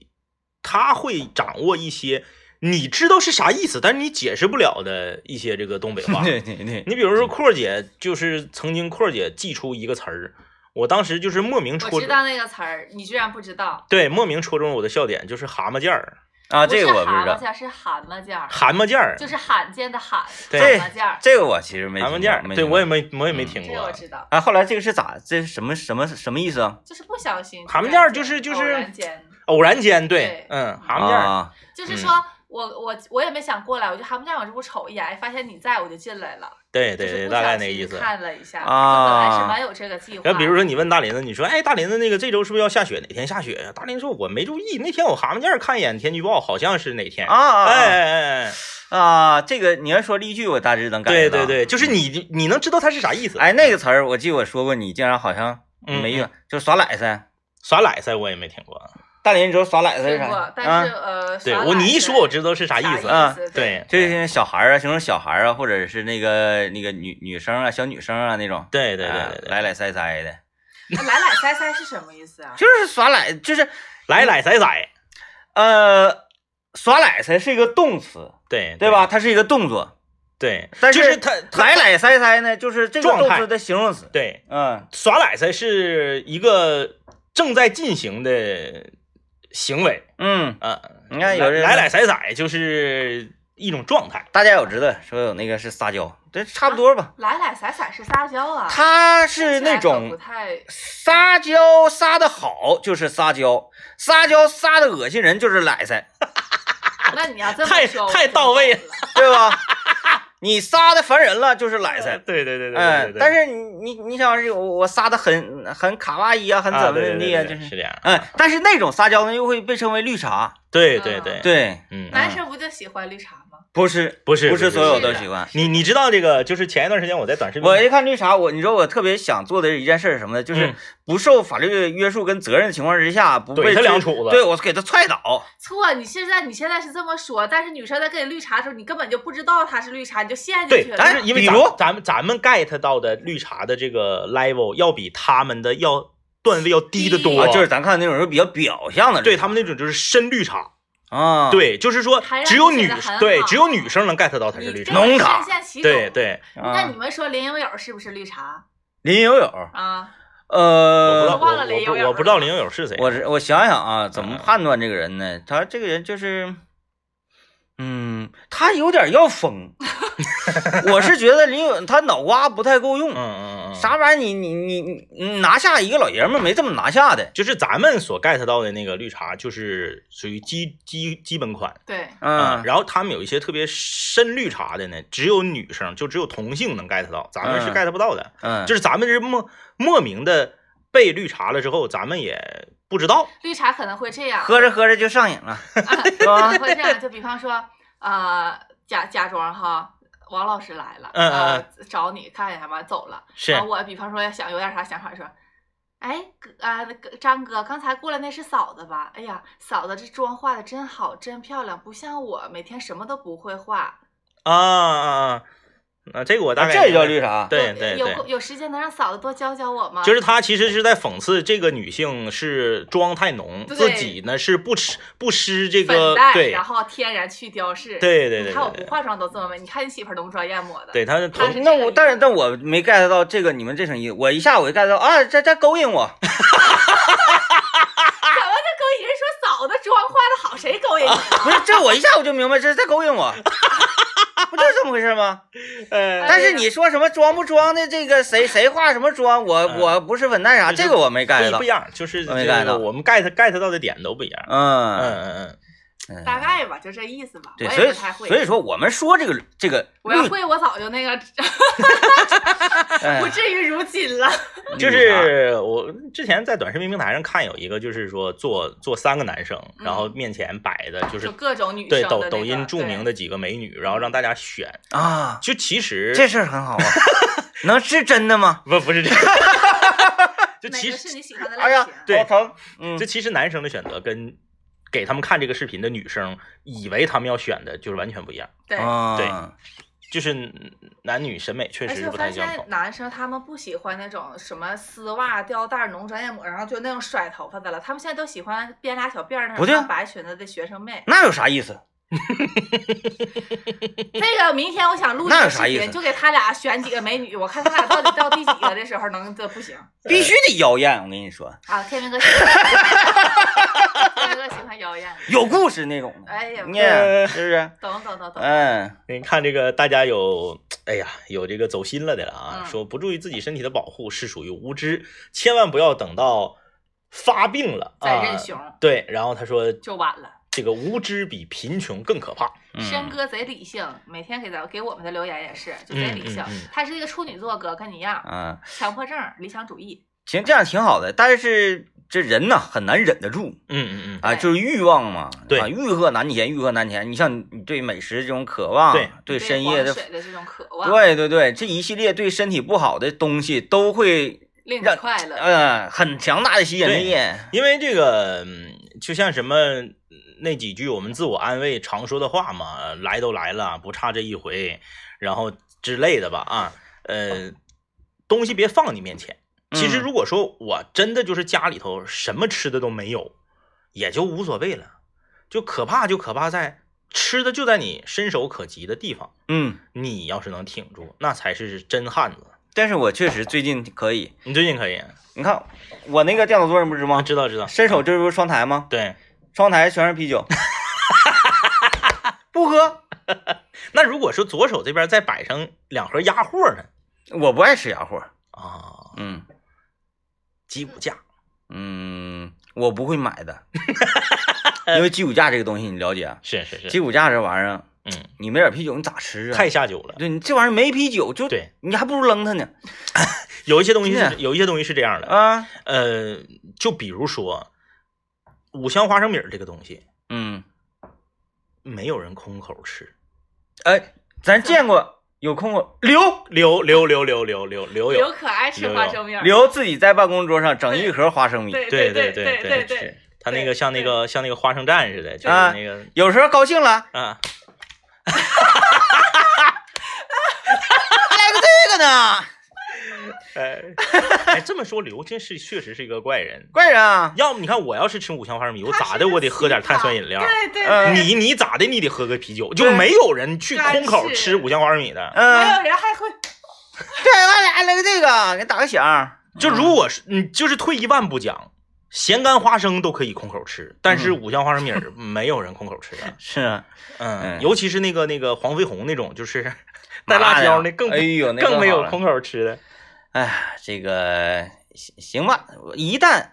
Speaker 1: 他会掌握一些你知道是啥意思，但是你解释不了的一些这个东北话。
Speaker 2: 对对对，
Speaker 1: 你比如说，阔儿姐就是曾经阔儿姐寄出一个词儿，我当时就是莫名
Speaker 3: 我
Speaker 1: 戳
Speaker 3: 知
Speaker 1: 中，
Speaker 3: 道那个词儿，你居然不知道
Speaker 1: 对，莫名戳中我的笑点，就是蛤蟆件儿，
Speaker 2: 啊，这个我不知
Speaker 3: 是蛤
Speaker 2: 道
Speaker 3: 蟆，件儿，是蛤蟆件儿，
Speaker 1: 蛤蟆件儿，
Speaker 3: 就是罕见的罕，蛤
Speaker 1: 对
Speaker 3: 蟆件儿，
Speaker 2: 这个我其实没
Speaker 1: 蛤蟆
Speaker 2: 听过
Speaker 1: 件儿，
Speaker 2: 没
Speaker 1: 对
Speaker 2: 听
Speaker 1: 我也
Speaker 2: 过
Speaker 1: 没我也没
Speaker 2: 嗯
Speaker 1: 听
Speaker 3: 这
Speaker 1: 过
Speaker 3: 个我知道，
Speaker 2: 啊，后来这个是咋？这是什么什么什么意思啊？
Speaker 3: 就是不小心。
Speaker 1: 蛤蟆
Speaker 3: 突然
Speaker 1: 件儿就
Speaker 3: 间
Speaker 1: 是就是
Speaker 3: 偶然间，
Speaker 1: 偶然间，对
Speaker 3: 对，
Speaker 1: 嗯，蛤蟆件儿，
Speaker 2: 啊，
Speaker 3: 就是
Speaker 1: 嗯
Speaker 3: 说。我我我也没想过来，我就蛤蟆件儿往这屋瞅一眼，哎发现你在，我就进来了。
Speaker 1: 对
Speaker 3: 就
Speaker 1: 对
Speaker 3: 是
Speaker 1: 对，
Speaker 3: 不
Speaker 1: 大概
Speaker 3: 小
Speaker 1: 那个
Speaker 3: 心
Speaker 1: 意思。
Speaker 3: 看了一下
Speaker 2: 啊
Speaker 3: 本来是没有这 个计划。
Speaker 1: 然后比如说你问大林子，你说哎，大林子那个这周是不是要下雪？哪天下雪呀？大林说我没注意，那天我蛤蟆件儿看一眼天气预报，好像是哪天。
Speaker 2: 啊啊啊
Speaker 1: 哎哎哎哎，
Speaker 2: 啊，这个你要说例句，我大致能感
Speaker 1: 对
Speaker 2: 觉到。
Speaker 1: 对对，就是你你能知道它是啥意思。
Speaker 2: 哎，那个词儿我记得我说过，你竟然好像
Speaker 1: 嗯
Speaker 2: 没用，就耍赖噻。
Speaker 1: 耍懒塞我也没听过，
Speaker 2: 大林，你知道耍赖噻是
Speaker 3: 听
Speaker 2: 啥
Speaker 3: 过
Speaker 2: 呀？，啊
Speaker 3: 但是、。呃，
Speaker 1: 对
Speaker 3: 耍
Speaker 1: 我
Speaker 3: 懒
Speaker 1: 你一
Speaker 3: 是
Speaker 1: 说我知道是啥意
Speaker 3: 啥
Speaker 1: 思。
Speaker 2: 啊
Speaker 3: 思
Speaker 1: 对，
Speaker 2: 就是小孩儿啊，形容小孩儿啊，或者是那个那个女女生啊，小女生啊那种，
Speaker 1: 对对
Speaker 2: 啊
Speaker 1: 对对对，
Speaker 2: 来来塞塞的，
Speaker 3: 那懒懒塞塞是什么意思啊？
Speaker 2: 就是耍赖，就是
Speaker 1: 来来塞塞，
Speaker 2: 呃，耍赖塞是一个动词，
Speaker 1: 对
Speaker 2: 对吧？？它是一个动作，
Speaker 1: 对，
Speaker 2: 但
Speaker 1: 就是是它它
Speaker 2: 来来塞塞呢，就是这个
Speaker 1: 状
Speaker 2: 动
Speaker 1: 态
Speaker 2: 词的形容词。
Speaker 1: 对
Speaker 2: 嗯，
Speaker 1: 耍懒塞是一个正在进行的行为
Speaker 2: 嗯，
Speaker 1: 啊。
Speaker 2: 你看有人
Speaker 1: 来来塞塞就是一种状态。
Speaker 2: 大家有知道说有那个是撒娇，这差不多吧？
Speaker 3: 懒懒散散是撒娇啊，
Speaker 2: 他是那
Speaker 3: 听起来可不
Speaker 2: 种
Speaker 3: 太啊
Speaker 2: 撒娇撒的好，就是撒娇；撒娇撒的恶心人，就是懒塞，
Speaker 3: 那你要这
Speaker 1: 太
Speaker 3: 么说，我
Speaker 1: 太
Speaker 3: 就
Speaker 1: 到
Speaker 3: 懂
Speaker 1: 位
Speaker 3: 了。
Speaker 2: 对吧？你撒的烦人了，就是懒塞。
Speaker 1: 对对嗯对对
Speaker 2: 哎
Speaker 1: 对，啊对，
Speaker 2: 但是你你你想，我我撒的很很卡哇伊啊，很
Speaker 1: 啊
Speaker 2: 怎么
Speaker 1: 对对
Speaker 2: 怎么
Speaker 1: 对
Speaker 2: 地啊，
Speaker 1: 对
Speaker 2: 就
Speaker 1: 对
Speaker 2: 是
Speaker 1: 是这样，
Speaker 2: 哎，但是那种撒娇呢，又会被称为绿茶。
Speaker 1: 对对对，
Speaker 2: 对，
Speaker 1: 嗯，
Speaker 3: 男生不就喜欢绿茶吗？
Speaker 2: 不是
Speaker 1: 不是
Speaker 2: 不
Speaker 1: 不是
Speaker 2: 所有
Speaker 3: 不
Speaker 2: 都
Speaker 3: 是
Speaker 2: 喜欢。
Speaker 1: 你你知道这个，就是前一段时间我在短视频，
Speaker 2: 我一看绿茶，我你知道我特别想做的一件事是什么呢？就是
Speaker 1: 嗯
Speaker 2: 不受法律约束跟责任的情况之下，不被
Speaker 1: 怼他两
Speaker 2: 追
Speaker 1: 杵子
Speaker 2: 对我给他踹倒。啊
Speaker 3: 错，你现在你现在是这么说，但是女生在跟你绿茶的时候，你根本就不知道她是绿茶，你就陷进
Speaker 1: 对，
Speaker 3: 去了。
Speaker 1: 但是因为
Speaker 2: 比
Speaker 1: 咱
Speaker 2: 如
Speaker 1: 咱们咱们 get 到的绿茶的这个 level 要比他们的要段位要低得多，
Speaker 2: 啊，就是咱看那种是比较表象的，
Speaker 1: 对他们那种就是深绿茶，
Speaker 2: 啊，，
Speaker 1: 对，就是说
Speaker 3: 还让
Speaker 1: 只有
Speaker 3: 你觉
Speaker 1: 女
Speaker 3: 得很
Speaker 1: 对
Speaker 3: 好
Speaker 1: 只有女生能 get 到它是
Speaker 3: 你
Speaker 1: 绿
Speaker 3: 这
Speaker 1: 茶，
Speaker 2: 浓
Speaker 3: 个
Speaker 2: 卡
Speaker 3: 深陷其中。
Speaker 1: 对。嗯对，
Speaker 3: 那你
Speaker 2: 啊、
Speaker 3: 们说林有友是不是绿茶
Speaker 2: 林有友，
Speaker 3: 啊？
Speaker 1: 我不知
Speaker 2: 呃
Speaker 1: 道，
Speaker 3: 我忘了
Speaker 1: 我
Speaker 3: 林
Speaker 1: 不
Speaker 3: 有友
Speaker 1: 我不知道
Speaker 3: 了
Speaker 1: 林有友是谁，
Speaker 2: 我是我想想啊，怎么
Speaker 1: 嗯
Speaker 2: 判断这个人呢？他这个人就是，嗯，他有点要疯。 我是觉得林有他脑瓜不太够用，
Speaker 1: 嗯嗯嗯，
Speaker 2: 啥玩意儿？你你你你你拿下一个老爷们儿没这么拿下的。
Speaker 1: 就是咱们所 get 到的那个绿茶，就是属于基基基本款
Speaker 3: 对，
Speaker 1: 啊、
Speaker 2: 嗯，
Speaker 1: 然后他们有一些特别深绿茶的呢，只有女生，就只有同性能 get 到，咱们是
Speaker 2: 嗯
Speaker 1: get 不到的。
Speaker 2: 嗯，
Speaker 1: 就是是咱们是莫莫名的被绿茶了之后，咱们也不知道。
Speaker 3: 绿茶可能会这样，
Speaker 2: 喝着喝着就上瘾 了，是
Speaker 3: 可
Speaker 2: 吧
Speaker 1: 啊
Speaker 3: 能？会这样，就比方说，呃，假假装哈，王老师来了，
Speaker 1: 嗯嗯
Speaker 3: 呃，找你看一下嘛，走了。
Speaker 1: 是
Speaker 3: 然后我比方说想有点啥想法说。哎，哥啊，那个张哥，刚才过来那是嫂子吧？哎呀，嫂子这妆化的真好，真漂亮，不像我每天什么都不会化。
Speaker 1: 啊啊啊！啊，这个我 大概
Speaker 2: 这
Speaker 1: 明白
Speaker 2: 叫绿茶。
Speaker 1: 对
Speaker 3: 有
Speaker 1: 对
Speaker 3: 有空
Speaker 1: 对，
Speaker 3: 有时间能让嫂子多教教我吗？
Speaker 1: 就是他其实是在讽刺这个女性是妆太浓，
Speaker 3: 对
Speaker 1: 自己呢是不吃不施这
Speaker 3: 粉
Speaker 1: 个
Speaker 3: 黛，
Speaker 1: 对
Speaker 3: 然后天然去雕饰。
Speaker 1: 对对对
Speaker 3: 你看我不
Speaker 1: 对
Speaker 3: 化妆都这么美，你看你媳妇儿浓妆艳抹的。
Speaker 1: 对，他是同
Speaker 3: 他是
Speaker 2: 那我但是但我没 get 到这个你们这层意，我一下我就 get 到啊，这这勾引我，
Speaker 3: 怎么啊就勾引人说嫂子妆化的好，谁勾引你啊？
Speaker 2: 不是这我一下我就明白这是在勾引我， 不就是这么回事吗？
Speaker 3: 哎
Speaker 1: 呃
Speaker 2: 但是你说什么装不装的，这个谁谁化什么妆，我
Speaker 1: 嗯
Speaker 2: 我不是粉黛啥，
Speaker 1: 就是
Speaker 2: 这个我没 get
Speaker 1: 不
Speaker 2: 到
Speaker 1: 不一。样，就是
Speaker 2: 我没
Speaker 1: 这
Speaker 2: get 到
Speaker 1: 个我们 get get 到的点都不一样。嗯
Speaker 2: 嗯，
Speaker 1: 嗯
Speaker 2: 嗯
Speaker 3: 大概吧，就这意思吧。
Speaker 2: 对，
Speaker 3: 我
Speaker 2: 所
Speaker 3: 也
Speaker 2: 以
Speaker 3: 不太会。
Speaker 2: 所以说我们说这个这个
Speaker 3: 我要
Speaker 2: 绿
Speaker 3: 会，我早就那个
Speaker 2: 哎
Speaker 3: 不至于如今了。
Speaker 1: 嗯，
Speaker 2: 绿
Speaker 1: 就是我之前在短视频平台上看有一个，就是说做做三个男生，
Speaker 3: 嗯
Speaker 1: 然后面前摆的就是
Speaker 3: 就各种女生
Speaker 1: 对
Speaker 3: 的
Speaker 1: 抖
Speaker 3: 那
Speaker 1: 抖
Speaker 3: 个
Speaker 1: 音著名
Speaker 3: 对
Speaker 1: 的几个美女，然后让大家选。
Speaker 2: 茶啊，
Speaker 1: 就其实
Speaker 2: 这事儿很好 啊，能是真的吗？
Speaker 1: 不不 是这个，就
Speaker 3: 哪
Speaker 1: 其
Speaker 3: 个
Speaker 1: 实
Speaker 3: 是你喜欢的
Speaker 2: 哎
Speaker 3: 类
Speaker 2: 呀
Speaker 3: 型？，啊
Speaker 1: 对
Speaker 2: 好疼，嗯
Speaker 1: 这，其实男生的选择跟给他们看这个视频的女生以为他们要选的就是完全不一样，
Speaker 3: 对。
Speaker 2: 啊
Speaker 1: 对就是男女审美确
Speaker 3: 而
Speaker 1: 实
Speaker 3: 且
Speaker 1: 是
Speaker 3: 我
Speaker 1: 不
Speaker 3: 发
Speaker 1: 太相
Speaker 3: 现
Speaker 1: 同。
Speaker 3: 男生他们不喜欢那种什么丝袜、吊带、浓妆艳抹，然后就那种甩头发的了。他们现在都喜欢编俩小辫儿那
Speaker 2: 不
Speaker 3: 种
Speaker 2: 对啊
Speaker 3: 穿白裙子的学生妹。
Speaker 2: 那有啥意
Speaker 1: 呃
Speaker 2: 思？
Speaker 3: 这个明天我想录
Speaker 2: 那有
Speaker 3: 这个
Speaker 2: 啥
Speaker 3: 视
Speaker 2: 意思
Speaker 3: 频，就给他俩选几个美女，我看他俩到底到第几个的时候能这不行。
Speaker 2: 必须得妖艳，我跟你说，
Speaker 3: 啊，天明哥喜 欢，天明哥喜欢妖艳。
Speaker 2: 有故事那种的，
Speaker 3: 哎呃呀，
Speaker 2: 你
Speaker 1: 呃
Speaker 2: 看是不是？
Speaker 3: 懂懂懂懂，
Speaker 2: 嗯，
Speaker 1: 你看这个，大家有，哎呀，有这个走心了的了啊，
Speaker 3: 嗯
Speaker 1: 说不注意自己身体的保护是属于无知，千万不要等到发病了
Speaker 3: 再认
Speaker 1: 啊。
Speaker 3: 熊
Speaker 1: 对，然后他说
Speaker 3: 就晚了。
Speaker 1: 这个无知比贫穷更可怕。
Speaker 2: 嗯
Speaker 3: 申哥贼理性，每天给咱给我们的留言也是，就贼理性
Speaker 1: 嗯嗯嗯。
Speaker 3: 他是一个处女座哥，跟你一样，
Speaker 2: 啊，
Speaker 3: 强迫症、理想主义。
Speaker 2: 行，这样挺好的，但是这人呐很难忍得住。
Speaker 1: 嗯嗯嗯。
Speaker 2: 啊，
Speaker 3: 对
Speaker 2: 就是欲望嘛，
Speaker 1: 对
Speaker 2: 啊，欲壑难填，欲壑难填。你像你对美食这种渴望，
Speaker 1: 对
Speaker 2: 对深夜
Speaker 3: 的
Speaker 2: 的，
Speaker 3: 水的这种渴望，
Speaker 2: 对对对，这一系列对身体不好的东西都会，
Speaker 3: 令你
Speaker 2: 让
Speaker 3: 快
Speaker 1: 啊
Speaker 3: 乐。
Speaker 2: 呃，很强大的吸引力。
Speaker 1: 因为这个，嗯就像什么嗯那几句我们自我安慰常说的话嘛，来都来了，不差这一回，然后之类的吧啊，呃，东西别放你面前。其实
Speaker 2: 嗯
Speaker 1: 如果说我真的就是家里头什么吃的都没有，也就无所谓了。就可怕就可怕在吃的就在你伸手可及的地方，
Speaker 2: 嗯，
Speaker 1: 你要是能挺住，那才是真汉子。
Speaker 2: 但是我确实最近可以，
Speaker 1: 你最近可以
Speaker 2: 你看我那个电脑桌上不是
Speaker 1: 啊？
Speaker 2: 吗？
Speaker 1: 知道知道，
Speaker 2: 伸手这不是窗台吗？
Speaker 1: 对。
Speaker 2: 窗台全是 啤酒，不喝，
Speaker 1: 那如果说左手这边再摆上两盒鸭货呢？
Speaker 2: 我不爱吃洋货。
Speaker 1: 啊，
Speaker 2: 嗯
Speaker 1: 鸡骨架，
Speaker 2: 嗯，我不会 买的，因为鸡骨架这个东西你了解啊，
Speaker 1: 是是是，
Speaker 2: 鸡骨架这玩意儿。
Speaker 1: 嗯，
Speaker 2: 你没点啤酒你咋吃啊？
Speaker 1: 太下酒了。
Speaker 2: 对你这玩意儿没啤酒就
Speaker 1: 对，
Speaker 2: 你还不如扔它呢
Speaker 1: 有一些东西是
Speaker 2: 对
Speaker 1: 有一些东西是这样的，
Speaker 2: 啊！
Speaker 1: 呃，就比如说五香花生米儿这个东西，
Speaker 2: 嗯，
Speaker 1: 没有人空口吃，
Speaker 2: 哎，咱见过有空过刘
Speaker 1: 刘刘刘刘刘刘刘
Speaker 3: 刘
Speaker 1: 有，
Speaker 3: 可爱吃
Speaker 1: 有
Speaker 3: 花
Speaker 1: 有
Speaker 3: 生米儿，
Speaker 2: 刘自己在办公桌上整一盒花生米，
Speaker 3: 嗯对
Speaker 1: 对
Speaker 3: 对
Speaker 1: 对
Speaker 3: 对对，
Speaker 1: 是他那个像那个像那个花生站似的，就是
Speaker 2: 啊
Speaker 1: 那个
Speaker 2: 有时候高兴了哎
Speaker 1: 啊，
Speaker 2: 来个这个呢，
Speaker 1: 哎， 哎这么说刘真是确实是一个怪人。
Speaker 2: 怪人啊，
Speaker 1: 要不你看我要是吃五香花生米，我
Speaker 3: 他
Speaker 1: 咋
Speaker 3: 是
Speaker 1: 的
Speaker 3: 个
Speaker 1: 我得喝点
Speaker 3: 奇
Speaker 1: 碳酸
Speaker 3: 葩
Speaker 1: 饮料。
Speaker 3: 对对
Speaker 2: 嗯
Speaker 3: 对，
Speaker 1: 你你咋的你得喝个啤酒，就
Speaker 2: 对
Speaker 1: 没有人去
Speaker 3: 但
Speaker 1: 空口
Speaker 3: 是
Speaker 1: 吃五香花生米的。
Speaker 3: 没
Speaker 2: 嗯，
Speaker 3: 有人还会
Speaker 2: 对，完了还来个这个，给打个响，
Speaker 1: 就如果是你就是退一万步讲，咸干花生都可以空口吃，但
Speaker 2: 嗯
Speaker 1: 是五香花生米儿没有人空口 吃的。
Speaker 2: 是啊，
Speaker 1: 嗯，
Speaker 2: 嗯
Speaker 1: 尤其是那个那个黄飞鸿那种，就是带辣椒那更
Speaker 2: 哎呦，那
Speaker 1: 更没
Speaker 2: 好
Speaker 1: 有
Speaker 2: 了
Speaker 1: 空口吃的。
Speaker 2: 哎呀，这个行行吧，一旦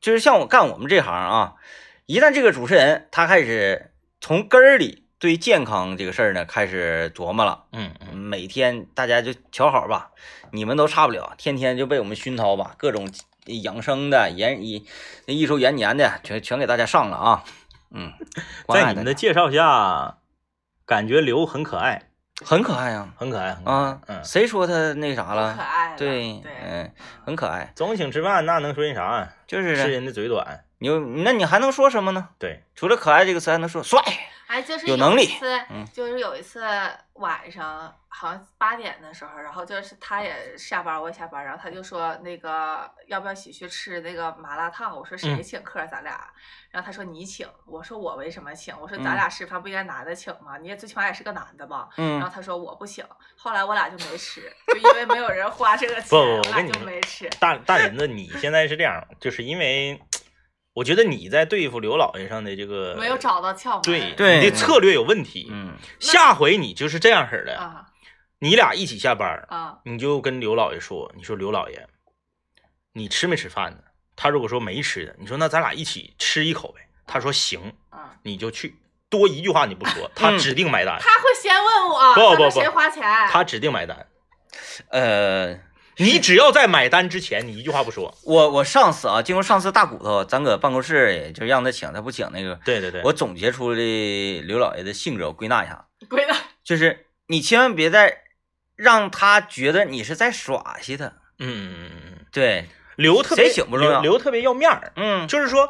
Speaker 2: 就是像我干我们这行啊，一旦这个主持人他开始从根儿里对健康这个事儿呢开始琢磨了，
Speaker 1: 嗯嗯，
Speaker 2: 每天大家就瞧好吧，你们都差不了，天天就被我们熏陶吧，各种养生的、研艺、艺术延年的，全全给大家上了啊。 嗯，关
Speaker 1: 在
Speaker 2: 爱
Speaker 1: 你们
Speaker 2: 大
Speaker 1: 的
Speaker 2: 家
Speaker 1: 介绍下，感觉刘很可爱，
Speaker 2: 很可爱啊
Speaker 1: 很可爱，很可爱
Speaker 2: 啊，
Speaker 1: 嗯，
Speaker 2: 谁说他那啥
Speaker 3: 可
Speaker 2: 了？
Speaker 3: 爱了，
Speaker 2: 对，
Speaker 3: 对，
Speaker 2: 嗯，很可爱，
Speaker 1: 总请吃饭，那能说人啥啊？
Speaker 2: 就是
Speaker 1: 吃人的嘴短，
Speaker 2: 你有，那你还能说什么呢？
Speaker 1: 对，
Speaker 2: 除了可爱这个词，还能说帅。
Speaker 3: 哎，就是
Speaker 2: 有能
Speaker 3: 一
Speaker 2: 力
Speaker 3: 次
Speaker 2: 嗯
Speaker 3: 就是有一次晚上好像八点的时候，然后就是他也下班，我也下班，然后他就说那个要不要一起去吃那个麻辣烫？我说谁
Speaker 1: 嗯
Speaker 3: 请客啊儿？咱俩。然后他说你请，我说我为什么请？我说
Speaker 2: 嗯
Speaker 3: 咱俩吃饭不应该男的请吗？你也最起码也是个男的吧？然后
Speaker 2: 嗯，
Speaker 3: 他说我不请，后来我俩就没吃，就因为没有人花这个钱，
Speaker 1: 不
Speaker 3: 我
Speaker 1: 我
Speaker 3: 俩
Speaker 1: 跟你
Speaker 3: 就
Speaker 1: 说
Speaker 3: 没吃。
Speaker 1: 大大林子，你现在是这样，就是因为我觉得你在对付刘老爷上的这个
Speaker 3: 没有找到窍门，
Speaker 1: 呃对
Speaker 2: 对
Speaker 1: 你的策略有问题。
Speaker 2: 嗯，
Speaker 1: 下回你就是这样式儿的，
Speaker 3: 啊
Speaker 1: 你俩一起下班儿，
Speaker 3: 啊，
Speaker 1: 你就跟刘老爷说，你说刘老爷，你吃没吃饭呢？他如果说没吃的，你说那咱俩一起吃一口呗。他说行，
Speaker 3: 啊
Speaker 1: 你就去。多一句话你不说，他指定买单，
Speaker 3: 他会先问我，
Speaker 1: 不
Speaker 3: 他
Speaker 1: 不不
Speaker 3: 说谁花钱？
Speaker 1: 他指定买单。
Speaker 2: 呃，
Speaker 1: 你只要在买单之前，你一句话不说。
Speaker 2: 我我上次啊，经过上次大骨头，咱搁办公室也就让他请，他不请那个，
Speaker 1: 对对对，
Speaker 2: 我总结出的刘老爷的性格，我归纳一下，
Speaker 3: 归纳
Speaker 2: 就是你千万别再让他觉得你是在耍戏他。
Speaker 1: 嗯嗯嗯嗯嗯，
Speaker 2: 对，
Speaker 1: 刘特别
Speaker 2: 谁请不重要
Speaker 1: 刘刘特别要面儿，
Speaker 2: 嗯，
Speaker 1: 就是说，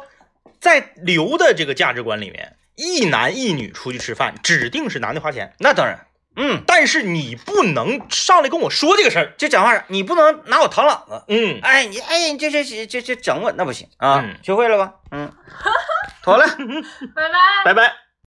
Speaker 1: 在刘的这个价值观里面，一男一女出去吃饭，指定是男的花钱，
Speaker 2: 那当然，嗯，
Speaker 1: 但是你不能上来跟我说这个事儿。
Speaker 2: 就讲话，你不能拿我螳螂子。
Speaker 1: 嗯，
Speaker 2: 哎，你哎，你这这这这整我，那不行啊！
Speaker 1: 嗯
Speaker 2: 学会了吧？嗯，妥了。
Speaker 3: 拜拜。
Speaker 1: 拜拜。